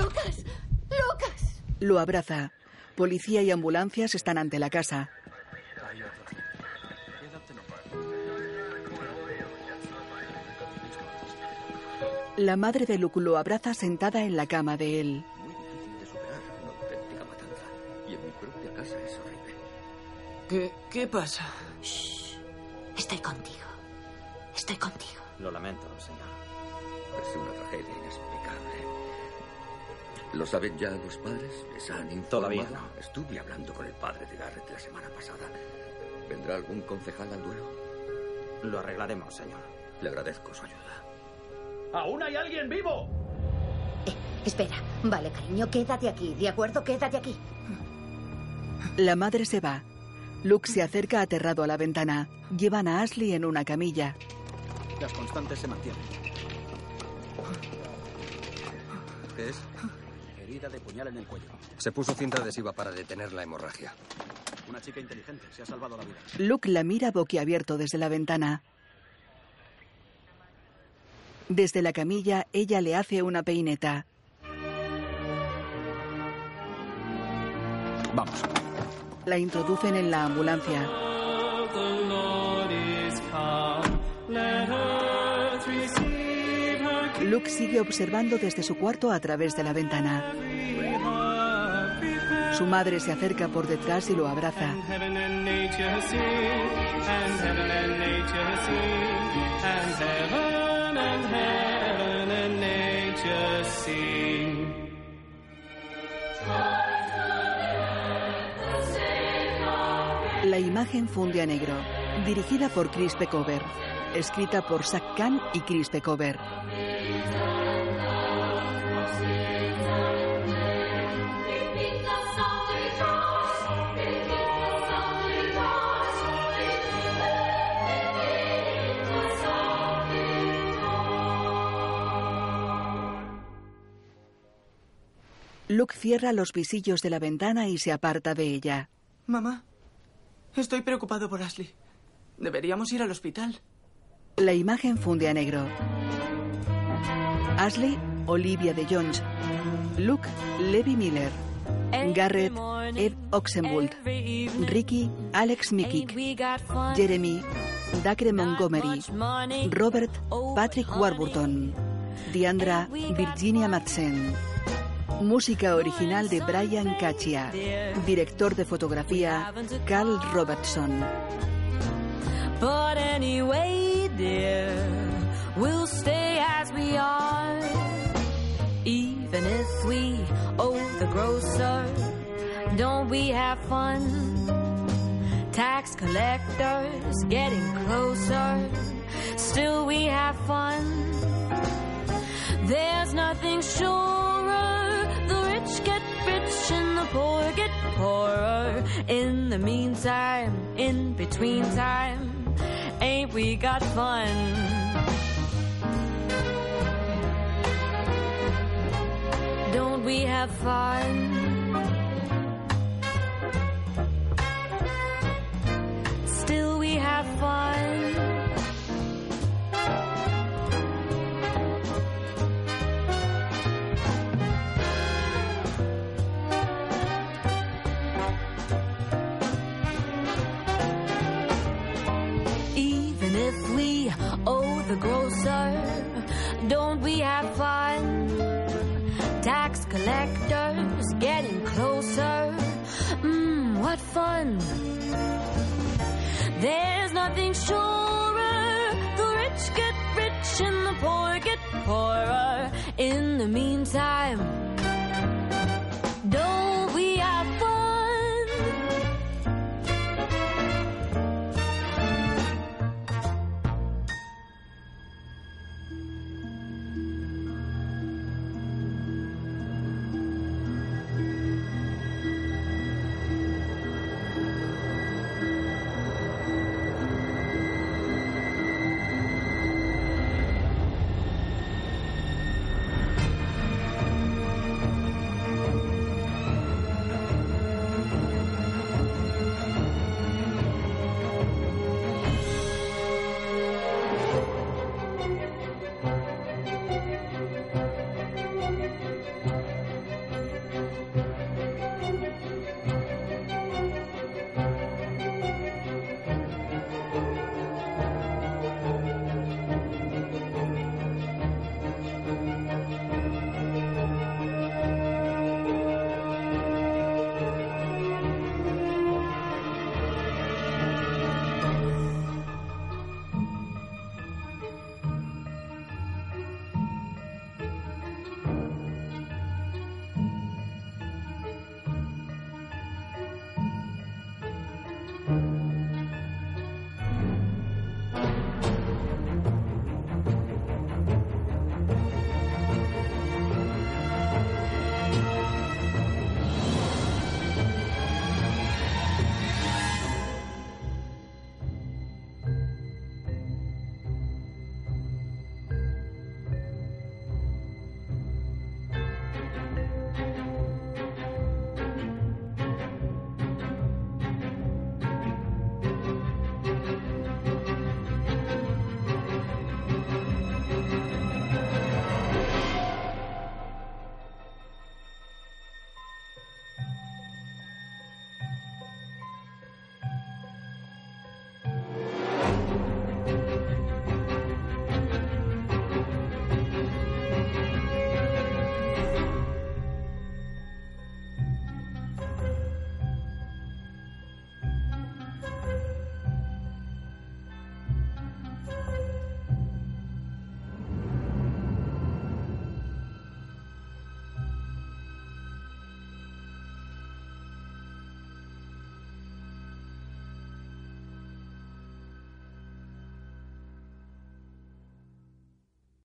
B: ¡Lucas! ¡Lucas!
A: Lo abraza. Policía y ambulancias están ante la casa. La madre de Luke lo abraza sentada en la cama de él.
G: De superar una auténtica matanza. Y en mi propia casa es horrible.
D: ¿Qué, qué pasa?
C: Estoy contigo. Estoy contigo.
I: Lo lamento, señor.
G: Es una tragedia inexplicable. ¿Lo saben ya los padres? ¿Les han informado?
I: Todavía no.
G: Estuve hablando con el padre de Garrett la semana pasada. ¿Vendrá algún concejal al duelo?
I: Lo arreglaremos, señor.
G: Le agradezco su ayuda.
O: ¡Aún hay alguien vivo!
F: Eh, Espera, vale, cariño, quédate aquí, ¿de acuerdo? Quédate aquí.
A: La madre se va. Luke se acerca aterrado a la ventana. Llevan a Ashley en una camilla.
I: Las constantes se mantienen. ¿Qué es?
O: Herida de puñal en el cuello.
I: Se puso cinta adhesiva para detener la hemorragia.
O: Una chica inteligente, se ha salvado la vida.
A: Luke la mira boquiabierto desde la ventana. Desde la camilla, ella le hace una peineta.
I: Vamos.
A: La introducen en la ambulancia.
N: The Lord is come. Let earth receive
A: Luke sigue observando desde su cuarto a través de la ventana. Su madre se acerca por detrás y lo abraza.
N: Heaven and nature see, and heaven and nature see, and heaven and heaven and nature see.
A: La imagen funde a negro, dirigida por Chris Pecover, escrita por Zack Kahn y Chris Pecover. Luke cierra los visillos de la ventana y se aparta de ella.
E: Mamá, estoy preocupado por Ashley. Deberíamos ir al hospital.
A: La imagen funde a negro. Ashley, Olivia de Jones. Luke, Levi Miller. Garrett, Ed Oxenbould. Ricky, Alex Mikic. Jeremy, Dacre Montgomery. Robert, Patrick Warburton. Diandra, Virginia Madsen. Música original de Brian Caccia. Director de fotografía, Carl Robertson.
P: But anyway, dear, we'll stay as we are. Even if we owe the grocer, don't we have fun? Tax collectors getting closer, still we have fun. There's nothing surer. The rich get rich and the poor get poorer. In the meantime, in between time, ain't we got fun? Don't we have fun? Still we have fun. Even if we owe the grocer, don't we have fun? Tax collectors getting closer. Mmm, what fun! There's nothing surer. The rich get rich and the poor get poorer. In the meantime,